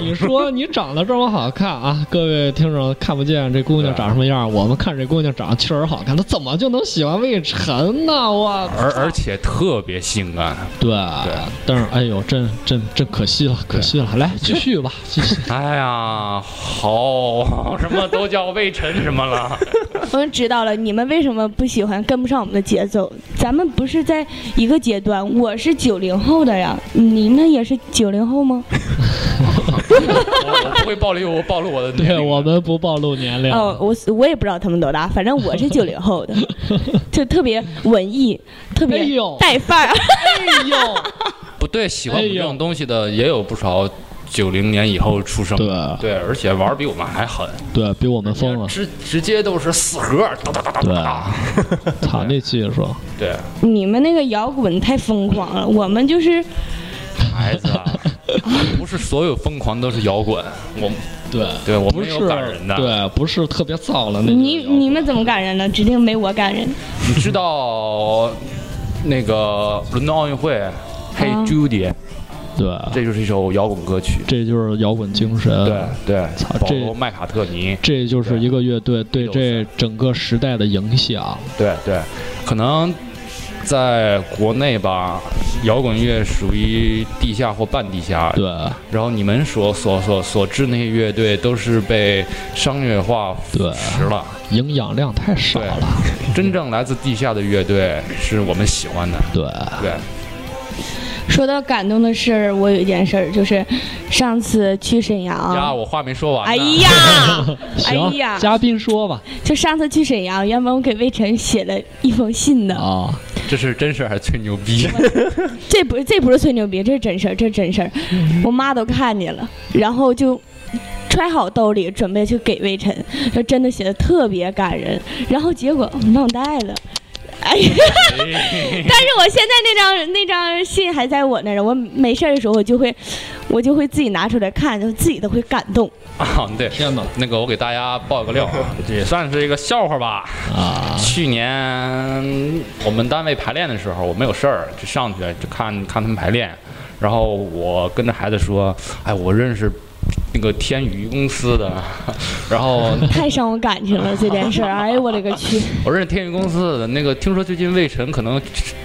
S2: 你说你长得这么好看啊，各位听众看不见这姑娘长什么样，我们看这姑娘长得确实好看，她怎么就能喜欢魏晨呢？我
S4: 而而且特别性感。
S2: 对，但是哎呦，真真真可惜了，可惜了。来， 继续吧，继续。
S4: 哎呀，好，什么都叫魏晨什么了，
S5: 我们知道了，你们为什么不喜欢跟不上我们的节奏？咱们不是在一个阶段，我是九零后的呀，你呢也是九零后吗？
S4: 我我不会暴露我暴露我的 年
S2: 对
S4: 龄
S2: 我们不暴露年龄，
S5: 哦，我我也不知道他们多大，反正我是九零 后的，就特别文艺，特
S2: 哎
S5: 别
S2: 呦
S5: 带范儿。
S2: 哎呦，
S4: 不对，喜欢我
S2: 哎
S4: 们
S2: 呦
S4: 这种东西的也有不少九零年以后出生的。
S2: 对
S4: 对，而且玩儿比我们还狠，
S2: 对比我们疯了，
S4: 直直接都是四核，哒哒哒
S2: 哎
S4: 哒哒哒。
S2: 操那技术，
S4: 对，
S5: 你们那个摇滚太疯狂了，我们就是
S4: 孩子 啊，不是所有疯狂都是摇滚，我
S2: 对
S4: 对我
S2: 不
S4: 们
S2: 是
S4: 有感人的
S2: 对，不是特别燥了那种
S5: 你你们怎么感人呢？指定没我感人。
S4: 你知道那个伦敦奥运会，Hey
S2: 啊
S4: Judy，
S2: 对，
S4: 这就是一首摇滚歌曲。
S2: 这就是摇滚精神，
S4: 对对
S2: 嗯操，
S4: 保
S2: 这
S4: 罗麦卡特尼，
S2: 这就是一个乐队对这整个时代的影响。
S4: 对对，可能在国内吧，摇滚乐属于地下或半地下，
S2: 对，
S4: 然后你们所所所所知那些乐队都是被商业化腐
S2: 对
S4: 蚀了。
S2: 营养量太少了。
S4: 真正来自地下的乐队是我们喜欢的。
S2: 对，
S4: 对，
S5: 说到感动的事儿，我有一件事儿，就是上次去沈
S4: 呀，
S5: 阳。
S4: 我话没说完呢。
S5: 啊哎呀，哎
S2: 行，
S5: 呀，
S2: 嘉宾说吧。
S5: 就上次去沈阳，原本我给魏晨写了一封信的，
S2: 啊，
S4: 这是真事儿还是吹牛 逼？
S5: 这不这不是吹牛逼，这是真事儿，这是真事儿，我妈都看见了，然后就揣好兜里，准备去给魏晨，就真的写的特别感人，然后结果嗯忘带了。 哎呀！但是我现在那张那张信还在我那儿，我没事儿的时候我就会，我就会自己拿出来看，就自己都会感动。
S4: 啊，对，
S2: 天哪！
S4: 那个我给大家爆个料啊，这也算是一个笑话吧。
S2: 啊，
S4: 去年我们单位排练的时候，我没有事儿，就上去就看看他们排练。然后我跟着孩子说：“哎，我认识那个天娱公司的。”然后
S5: 太伤我感情了这件事儿，哎呦我勒个去！
S4: 我认识天娱公司的那个，听说最近魏晨可能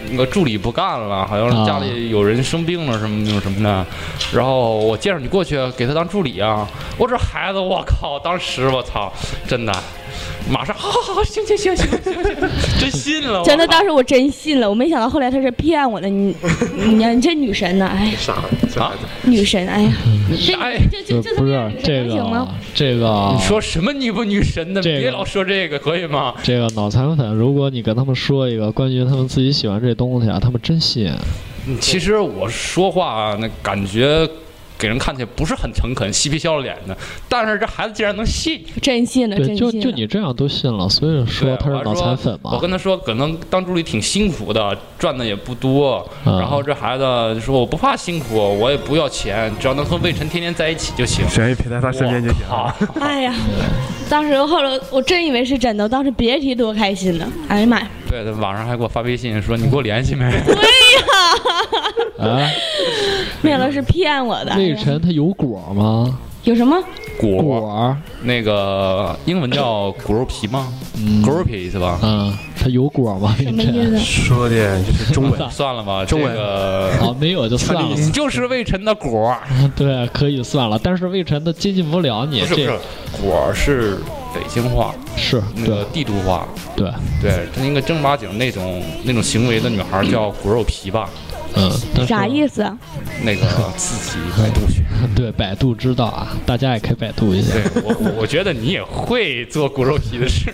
S4: 那个助理不干了，好像是家
S2: 啊
S4: 里有人生病了什么什么什么的。然后我介绍你过去给他当助理啊。我这孩子，我靠！当时我操，真的，马上好好好，行行行行行行，真信了，我
S5: 真的，
S4: 靠
S5: 当时我真信了，我没想到后来他是骗我的。你，你呀，你这女神呐、哎，
S4: 啊！
S5: 女神，哎呀，
S4: 哎，
S5: 这
S2: 不
S5: 这
S2: 是不是这
S5: 能行
S2: 个啊
S5: 吗？
S2: 这个
S4: 你说什么女不女神的？
S2: 这个
S4: 别老说这个，可以吗？
S2: 这个脑残粉，如果你跟他们说一个关于他们自己喜欢这东西啊，他们真信。
S4: 嗯其实我说话啊那感觉。给人看起来不是很诚恳，嬉皮笑脸的，但是这孩子竟然能信，
S5: 真信了，
S2: 对，
S5: 呃真信
S2: 就
S5: 了。
S2: 就你这样都信了，所以
S4: 对
S2: 说他是
S4: 我还
S2: 脑
S4: 说
S2: 残粉嘛
S4: 我。跟他说，可能当助理挺辛苦的，赚的也不多。
S2: 嗯
S4: 然后这孩子就说：“我不怕辛苦，我也不要钱，只要能和魏晨天天在一起就行。”
S3: 只要陪在他身边就行。
S4: 好，
S5: 哎呀，
S2: 嗯
S5: 当时后来我真以为是真的，当时别提多开心了。哎呀妈呀，
S4: 对，他晚上还给我发微信说：“你给我联系没
S2: 哎，
S5: 没想到是骗我的。哎
S2: 魏晨他有果吗？
S5: 有什么？？”
S4: 果
S2: 果，
S4: 那个英文叫果肉皮吗？果肉皮是吧？，
S2: 嗯，他有果吗？魏
S5: 什么意
S2: 晨？
S5: 思？
S3: 说的就是中文
S4: 哎算了吧，
S3: 中文
S4: 这 个
S2: 哦，没有就算了。
S4: 你就是魏晨的果儿，
S2: 对，可以算了。但是魏晨他接近不了你，
S4: 不是不
S2: 这
S4: 是，果儿是北京话，
S2: 是
S4: 那个
S2: 对
S4: 帝都话，
S2: 对，
S4: 对，那个正八经那种那种行为的女孩叫“骨肉皮”吧？
S2: 嗯，但是
S8: 啥意思啊？
S4: 那个自己百度去。
S2: 对，百度知道啊，大家也可以百度一下
S4: 对。我，我我觉得你也会做骨肉皮的事。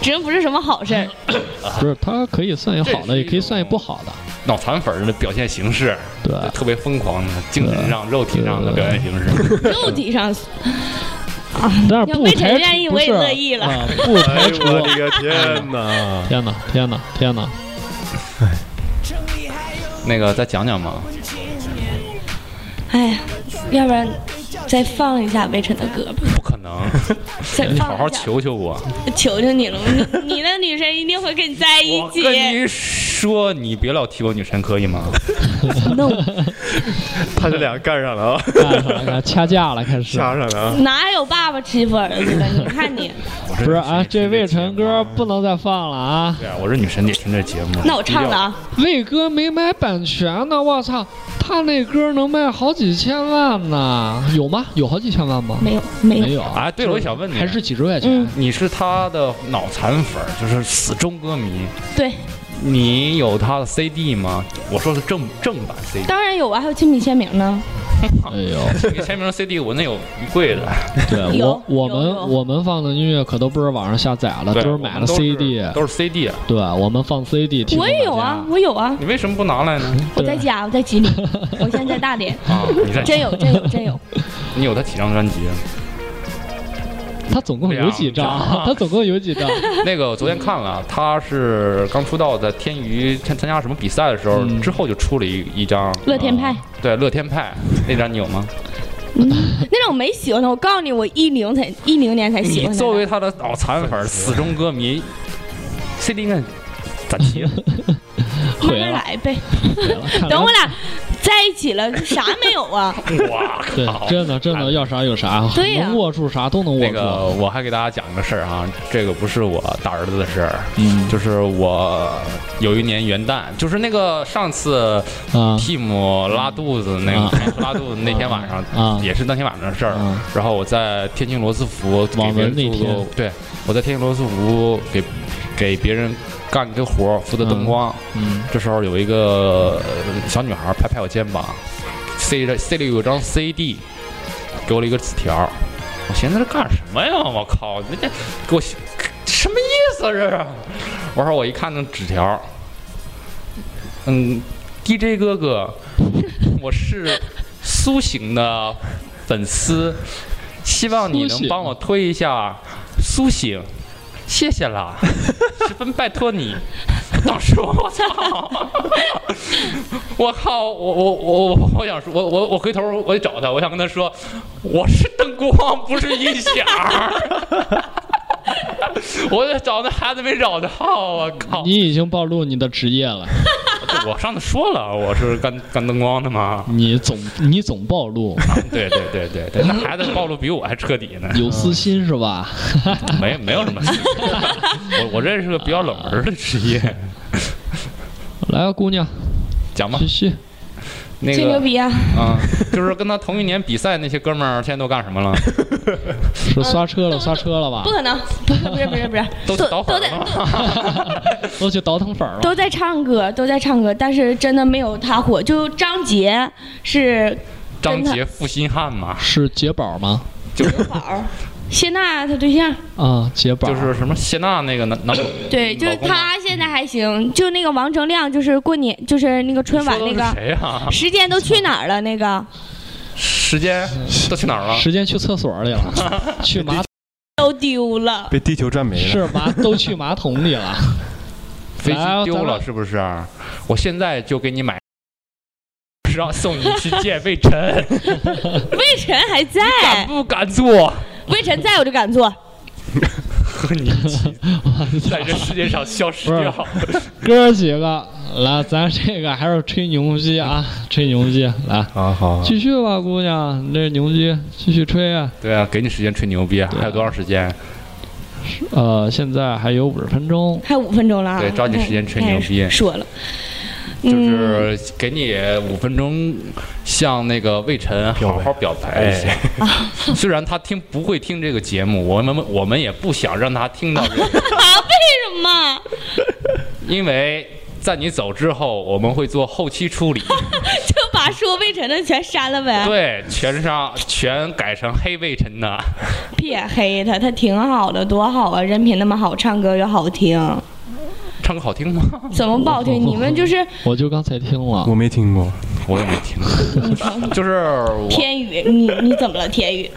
S8: 指定不是什么好事儿。
S2: 不是，它可以算有好
S4: 这
S2: 的，
S4: 是一
S2: 也可以算有不好的。
S4: 脑残粉儿的表现形式，
S2: 对
S4: 就特别疯狂的精神上、肉体上的表现形式。
S5: 肉体上
S2: 但是不
S8: 魏晨
S2: 排除
S8: 愿意
S2: 不
S8: 我也
S2: 是
S8: 乐意了
S2: 啊不
S3: 哎
S2: 排
S3: 呦
S2: 除。
S3: 我的个天哪！
S2: 天哪，天哪，天哪！
S4: 那个再讲讲嘛，
S5: 哎呀，要不然再放一下魏晨的歌吧，
S4: 不可能，
S5: 再放一下，
S4: 好好求求我。
S5: 求求你了，你你的女神一定会跟你在一
S4: 我
S5: 起。
S4: 跟你说，你别老提我女神，可以吗？
S3: 他这俩干上 了啊，
S2: 干上了，掐架了，开始。
S3: 掐上了啊！
S5: 哪有爸爸欺负儿子的？你看 你，
S2: 不是啊，这魏晨歌不能再放了啊！
S4: 对啊，我是女神，你也听这节目。
S5: 那我唱了啊，
S2: 魏哥没买版权呢，我操，他那歌能卖好几千万呢，有吗？有好几千万吗？
S5: 没有嗯没有
S2: 没有
S4: 啊对了我想问你
S2: 还是几十块钱？
S4: 你是他的脑残粉儿，就是死忠歌迷。
S5: 对，
S4: 你有他的 CD 吗？我说的是正正版 CD，
S5: 当然有啊，还有亲笔签名呢。
S2: 哎呦，
S4: 你签名 CD 我那有一柜子。
S2: 对
S5: 有
S2: 我我
S5: 有有
S2: 们我们放的音乐可都不是网上下载了，
S4: 对
S2: 啊都是买
S4: 我
S2: 了啊
S4: 们
S2: CD。
S4: 都是 CD。
S2: 对，我们放 CD 提供
S5: 我也有啊，
S2: 大
S5: 我有啊，
S4: 你为什么不拿来呢？
S5: 我在家，我 在吉林，我现在在大连，
S4: 啊，你在
S5: 真有真有真有。
S4: 你有他几张专辑？啊
S2: 家。他总共有几张
S4: 两？张
S2: 他总共有几 张？
S4: 那个我昨天看了，啊他是刚出道，在天娱参参加什么比赛的时
S2: 嗯
S4: 候，之后就出了一一张
S5: 乐天派
S4: 啊对，乐天派那张你有吗？
S5: 那种没喜欢的，我告诉你，我一零才一零年才哎喜
S4: 你
S5: 欢
S4: 作为
S5: 的。
S4: 他的脑残粉儿、死忠歌迷，CD 应该攒齐了。
S5: 慢
S2: 毁
S4: 啊
S2: 了
S5: 慢来呗，
S2: 看来
S5: 等我俩在一起了，就啥没有啊？
S4: 哇
S2: 对，
S4: 靠！
S2: 真的真的要啥有啥，
S5: 对呀
S2: 能握住啥都能握
S4: 那
S2: 住。啊
S4: 个，我还给大家讲一个事儿啊，这个不是我大儿子的事儿，
S2: 嗯
S4: 就是我有一年元旦，就是那个上次
S2: 啊
S4: Team 拉肚子那个、
S2: 啊
S4: 拉肚子那天晚上，
S2: 啊
S4: 也是当天晚上的事儿。
S2: 啊
S4: 然后我在天津罗斯福给
S2: 网
S4: 别人
S2: 文那
S4: 做
S2: 天
S4: 对，我在天津罗斯福给给别人干一个活儿，负
S2: 啊
S4: 责灯光。
S2: 嗯
S4: 这时候有一个呃小女孩拍拍我肩膀，塞着塞里有张 CD，给我了一个纸条儿。我寻思这干什么呀？我靠，人家给我写什么意思啊？这是？我说我一看那纸条儿，嗯，DJ 哥哥，我是苏醒的粉丝，希望你
S2: 苏
S4: 能
S2: 醒
S4: 帮我推一下苏醒，谢谢啦，十分拜托你。 当时我我操，我靠，我我我我我想说，我我我回头我得找他，我想跟他说，我是灯光，不是音响儿。 我得找那孩子没找到，我靠！
S2: 你已经暴露你的职业了，
S4: 我上次说了，我是干干灯光的嘛。
S2: 你总你总暴露，
S4: 对对对对对，那孩子暴露比我还彻底呢，
S2: 有私心是吧？
S4: 没没有什么事。我我这是个比较冷门的职业，
S2: 来啊，姑娘，
S4: 讲吧
S2: 继。续。
S4: 那
S5: 吹牛
S4: 个
S5: 逼啊！
S4: 啊，就是跟他同一年比赛那些哥们儿，现在都干什么了？
S5: 呃
S2: 是刷车了，刷车了吧
S5: 不？可能，不是不是不是不是，
S4: 都去
S5: 都
S4: 倒
S5: 都
S4: 粉
S5: 在
S4: 了吗？
S2: 都去倒腾粉儿了。
S5: 都在唱歌，都在唱歌，但是真的没有他火。就张杰是
S4: 张杰负心汉嘛，
S2: 是解宝吗？
S5: 宝，谢娜她对象，
S2: 啊，解宝
S4: 就是什么谢娜那个男男
S5: 对，就是
S4: 嗯老公嘛
S5: 他现在还行。就那个王铮亮，就是过年，就是那个 春晚
S4: 说
S5: 那
S4: 的是
S5: 个，
S4: 谁啊呀？
S5: 时间都去哪儿了？那个
S4: 时间都去哪儿了？
S2: 时间去厕所里 了，去马
S5: 都丢了。
S3: 被地球占没了。
S2: 是马都去马桶里 了。
S4: 飞
S2: 来啊
S4: 机丢
S2: 咱
S4: 了
S2: 们
S4: 是不是？我现在就给你买，让送你去见魏 晨，
S5: 魏晨还在，
S4: 敢不敢做？
S5: 魏晨在我就敢做。
S4: 和你一起在这世界上消失掉。
S2: 哥儿几个，来，咱这个还是吹牛逼啊，吹牛逼，来，
S3: 啊，好， 好
S2: 继续吧，姑娘，你这牛逼，继续吹啊。
S4: 对啊，给你时间吹牛逼，还有多长时间？
S2: 呃，现在还有五十分钟，
S5: 还有五分钟了 啊！
S4: 对抓紧时间吹牛逼
S5: 哎说了，
S4: 就是给你五分钟，向那个魏晨好好表白哎一下。 虽然他听不会听这个节目，我们我们也不想让他听到这个，
S5: 啊，为什么？
S4: 因为在你走之后，我们会做后期处 理，
S5: 就把说魏晨的全删了呗？
S4: 对，全上全改成黑魏晨的。
S5: 别黑他，他挺好的，多好啊！人品那么好，唱歌又好听，
S4: 唱歌好听吗？
S5: 怎么不 好听？你们就是
S2: 我就刚才听了
S3: 我，没听过，
S4: 我也没听 过，就是我
S5: 天 宇，你你怎么了？天宇，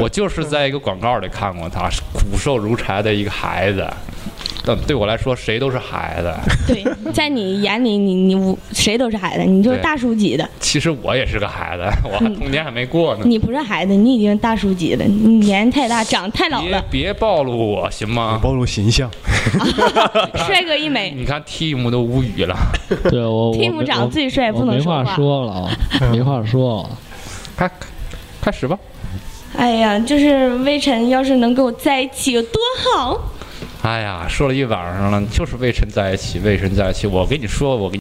S4: 我就是在一个广告里看过他，是骨瘦如柴的一个孩子。但对我来说，谁都是孩子。
S5: 对， 在你眼里，你你无谁都是孩子，你就是
S4: 对
S5: 大叔级的。
S4: 其实我也是个孩子，我还童年还没过呢。
S5: 你不是孩子，你已经大叔级了，你年纪 太大，长太老
S4: 别
S5: 了，
S4: 别暴露我行吗？
S3: 暴露形象。
S5: 帅哥一枚。
S4: 你看 Team 都无语了，
S2: 对我我
S5: Tim 长得最帅
S2: 我
S5: 不能
S2: 没
S5: 说
S2: 话
S5: 话
S2: 说了啊，没话说了。
S4: 开开始吧。
S5: 哎呀，就是微尘，要是能跟我在一起有多好。
S4: 哎呀，说了一晚上了，就是魏晨在一起，魏晨在一起。我跟你 说，我跟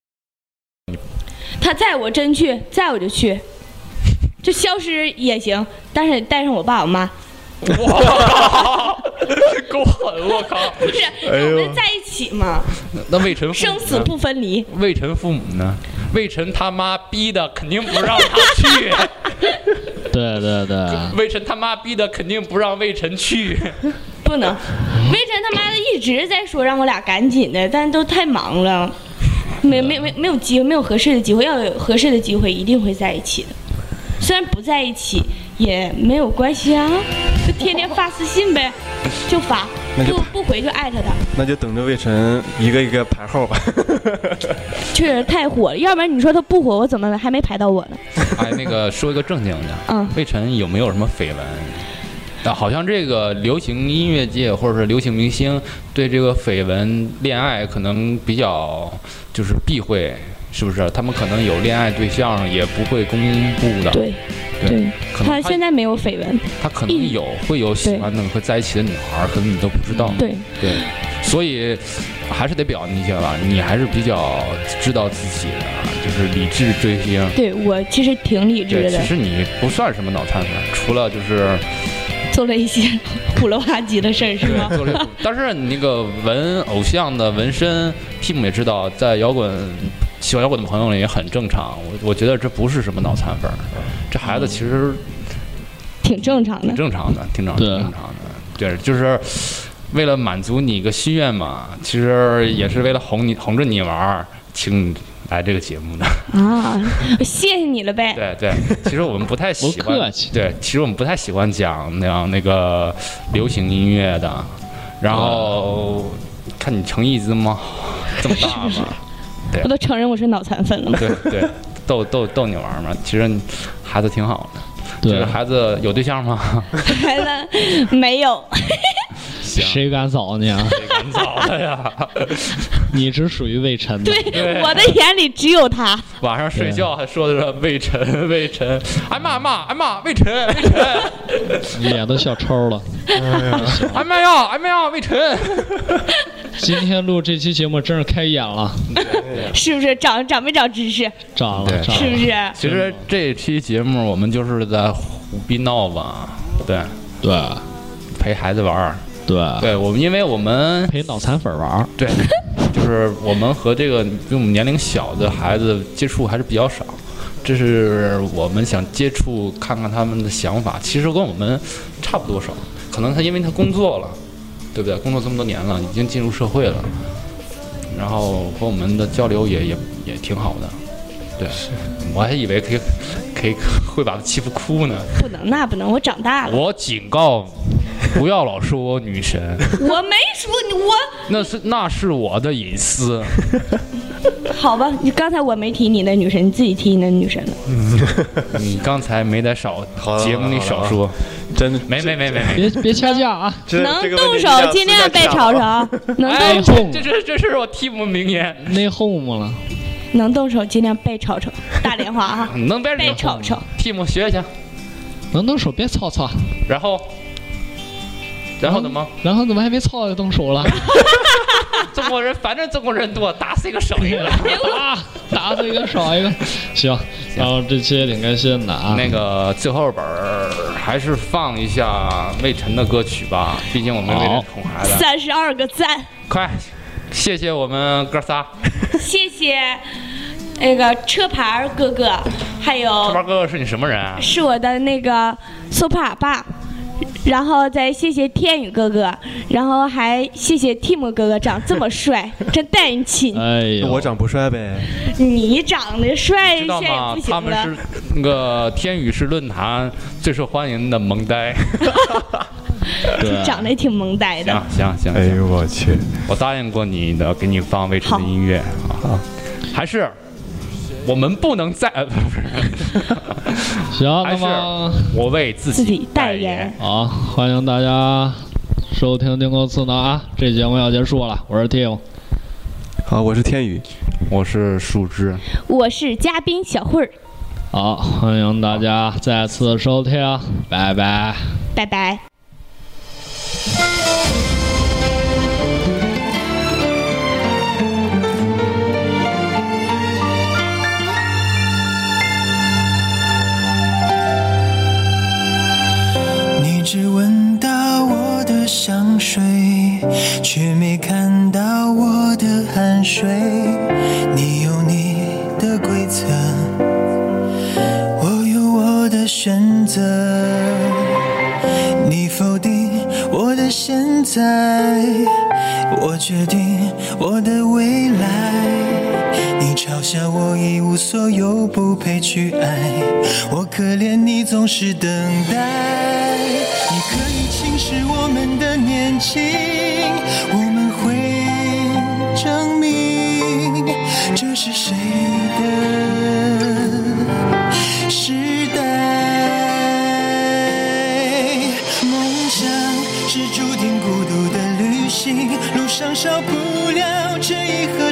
S5: 他载我真去，载我就去，就消失也行，但是带上我爸我妈。
S4: 你，哇，够狠！我靠，
S5: 不是，让
S2: 哎
S5: 我们在一起嘛，
S4: 那魏晨父母
S5: 生
S4: 呢
S5: 死不分离。
S4: 魏晨父母呢？魏晨他妈逼的，肯定不让他去。
S2: 对对对，
S4: 魏晨他妈逼的，肯定不让魏晨去。
S5: 不能，微晨他妈的一直在说让我俩赶紧的，但都太忙了，没没没没有机会，没有合适的机会，要有合适的机会一定会在一起的。虽然不在一起也没有关系啊，就天天发私信呗，就发，
S3: 那就
S5: 不不回就艾特他。
S3: 那就等着魏晨一个一个排号吧。
S5: 确实太火了，要不然你说他不火，我怎么还没排到我呢？
S4: 哎，那个说一个正经的，
S5: 嗯
S4: 魏晨有没有什么绯闻？啊，好像这个流行音乐界或者是流行明星对这个绯闻、恋爱可能比较就是避讳，是不是？他们可能有恋爱对象也不会公布的。，
S5: 对，
S4: 对
S5: 对，
S4: 可
S5: 他
S4: 能
S5: 现在没有绯闻，
S4: 他可能有会有喜欢的和在一起的女孩儿，可能你都不知道。
S5: 嗯对，
S4: 对，所以还是得表扬你一下吧，你还是比较知道自己的啊，就是理智追星。
S5: 对我其实挺理智
S4: 对，其
S5: 的，
S4: 实你不算什么脑残粉，除了就是
S5: 做了一些 虎了吧唧的事儿，是吗？
S4: 做了，但是你那个纹偶像的纹身，Tim 也知道，在摇滚喜欢摇滚的朋友里也很正常。我我觉得这不是什么脑残粉，这孩子其实
S5: 挺正常的
S4: 挺。正常的，挺正常
S2: 对
S4: 挺正常的，对，就是。为了满足你一个心愿嘛，其实也是为了哄你哄着你玩儿，请你来这个节目的。
S5: 啊， 谢谢你了呗。
S4: 对对，其实我们不太喜
S2: 不客
S4: 欢
S2: 气，
S4: 对，其实我们不太喜欢讲那样那个流行音乐的。然后看你诚意这么 这么大嘛，
S5: 我都承认我是脑残粉了嘛。
S4: 对对，逗逗逗你玩儿嘛。其实你孩子挺好的。这
S2: 对
S4: 个，孩子有对象吗？
S5: 孩子没有，
S4: 行，
S2: 谁敢找 你啊？
S4: 谁敢找他呀？
S2: 你只属于魏晨的。
S4: 对
S5: 我的眼里只有他。
S4: 晚上睡觉还说着魏晨，魏晨，哎妈妈，哎妈，魏晨，魏晨，
S2: 脸都笑抽了。
S4: 哎妈呀，哎妈呀，魏晨。
S2: 今天录这期节目真是开眼了，
S5: 是不是长长没长知
S3: 啊
S5: 识？
S2: 长了
S4: 对
S2: 长
S5: 是不
S2: 了。
S5: 是？
S4: 其实这期节目我们就是在胡逼闹吧，对，
S2: 对
S4: 陪孩子玩儿。
S2: 对，
S4: 对我们，因为我们
S2: 陪脑残粉玩儿。
S4: 对，就是我们和这个比我们年龄小的孩子接触还是比较少，这是我们想接触看看他们的想法。其实跟我们差不多少，可能他因为他工作了，对不对？工作这么多年了，已经进入社会了，然后和我们的交流也也也挺好的。对，我还以为可以可以会把他欺负哭呢。
S5: 不能，那不能，我长大了。
S4: 我警告，不要老说我女神，
S5: 我没说你，我
S4: 那是那是我的隐私。
S5: 好吧，你刚才我没提你的女神，你自己提你的女神了。
S4: 你刚才没在少
S3: 好了
S4: 节目里少说，
S3: 真的
S4: 没没没没没。
S2: 别别掐架 啊！
S3: 这
S5: 能
S3: 这个问
S5: 动
S3: 题
S5: 手
S3: 下啊次
S5: 尽
S3: 再
S5: 量别
S3: 讲
S5: 吵
S3: 吧
S5: 吵， 能
S4: 哎，
S5: 动
S2: 动手
S4: 这这是这是我替补名言，
S2: 内 home 了，
S5: 能动手尽量别 吵吵，大连话啊，
S4: 你能别
S5: 别吵吵。
S4: 替补学一下，
S2: 能动手别操操，
S4: 然后，然后怎么？
S2: 然后怎么还没操就动手了？
S9: 中国人反正中国人多，打死一个少 一个。
S2: 打哎打死一个少一个，行。然后这期也挺开心的啊。
S4: 那个最后本儿还是放一下魏晨的歌曲吧，毕竟我们魏晨
S2: 好
S4: 宠孩子。
S5: 三十二个赞，
S4: 快，谢谢我们哥仨，
S5: 谢谢那个车牌儿哥哥，还
S4: 这
S5: 有
S4: 帮哥哥是你什么人啊？
S5: 是我的那个苏帕尔爸，然后再谢谢天宇哥哥，然后还谢谢 Tim 哥哥长这么帅，真带人亲。
S2: 哎
S3: 那
S2: 呦，
S3: 我长不帅呗？
S5: 你长得帅，
S4: 知
S5: 现
S4: 道
S5: 在也
S4: 吗
S5: 不？
S4: 他
S5: 行
S4: 们
S5: 了
S4: 是。那个天宇是论坛最受欢迎的萌呆。
S2: 对
S5: 长得也挺萌呆的
S4: 行。行行，
S3: 哎
S4: 行
S3: 呦我去！
S4: 我答应过你的，给你放魏晨的音乐啊，还是我们不能再，呃不是，
S2: 行，那
S4: 还是
S2: 么
S4: 我为自
S5: 自己
S4: 己
S5: 代
S4: 代言
S5: 言。
S2: 好，欢迎大家收听《丁公刺挠》啊，这节目要结束了，我是 Tim，
S3: 好，我是天宇，
S4: 我是树枝，
S5: 我是嘉宾小慧儿，
S2: 好，欢迎大家再次收听，拜拜。
S5: 拜拜。
S6: 你只闻到我的香水，却没看到我的汗水。你有你的规则，我有我的选择。你否定我的现在，我决定我的未来。你嘲笑我一无所有，不配去爱，我可怜你总是等待。你可以轻视我们的年轻，我们会证明这是谁的时代。梦想是注定孤独的旅行，路上少不了质疑和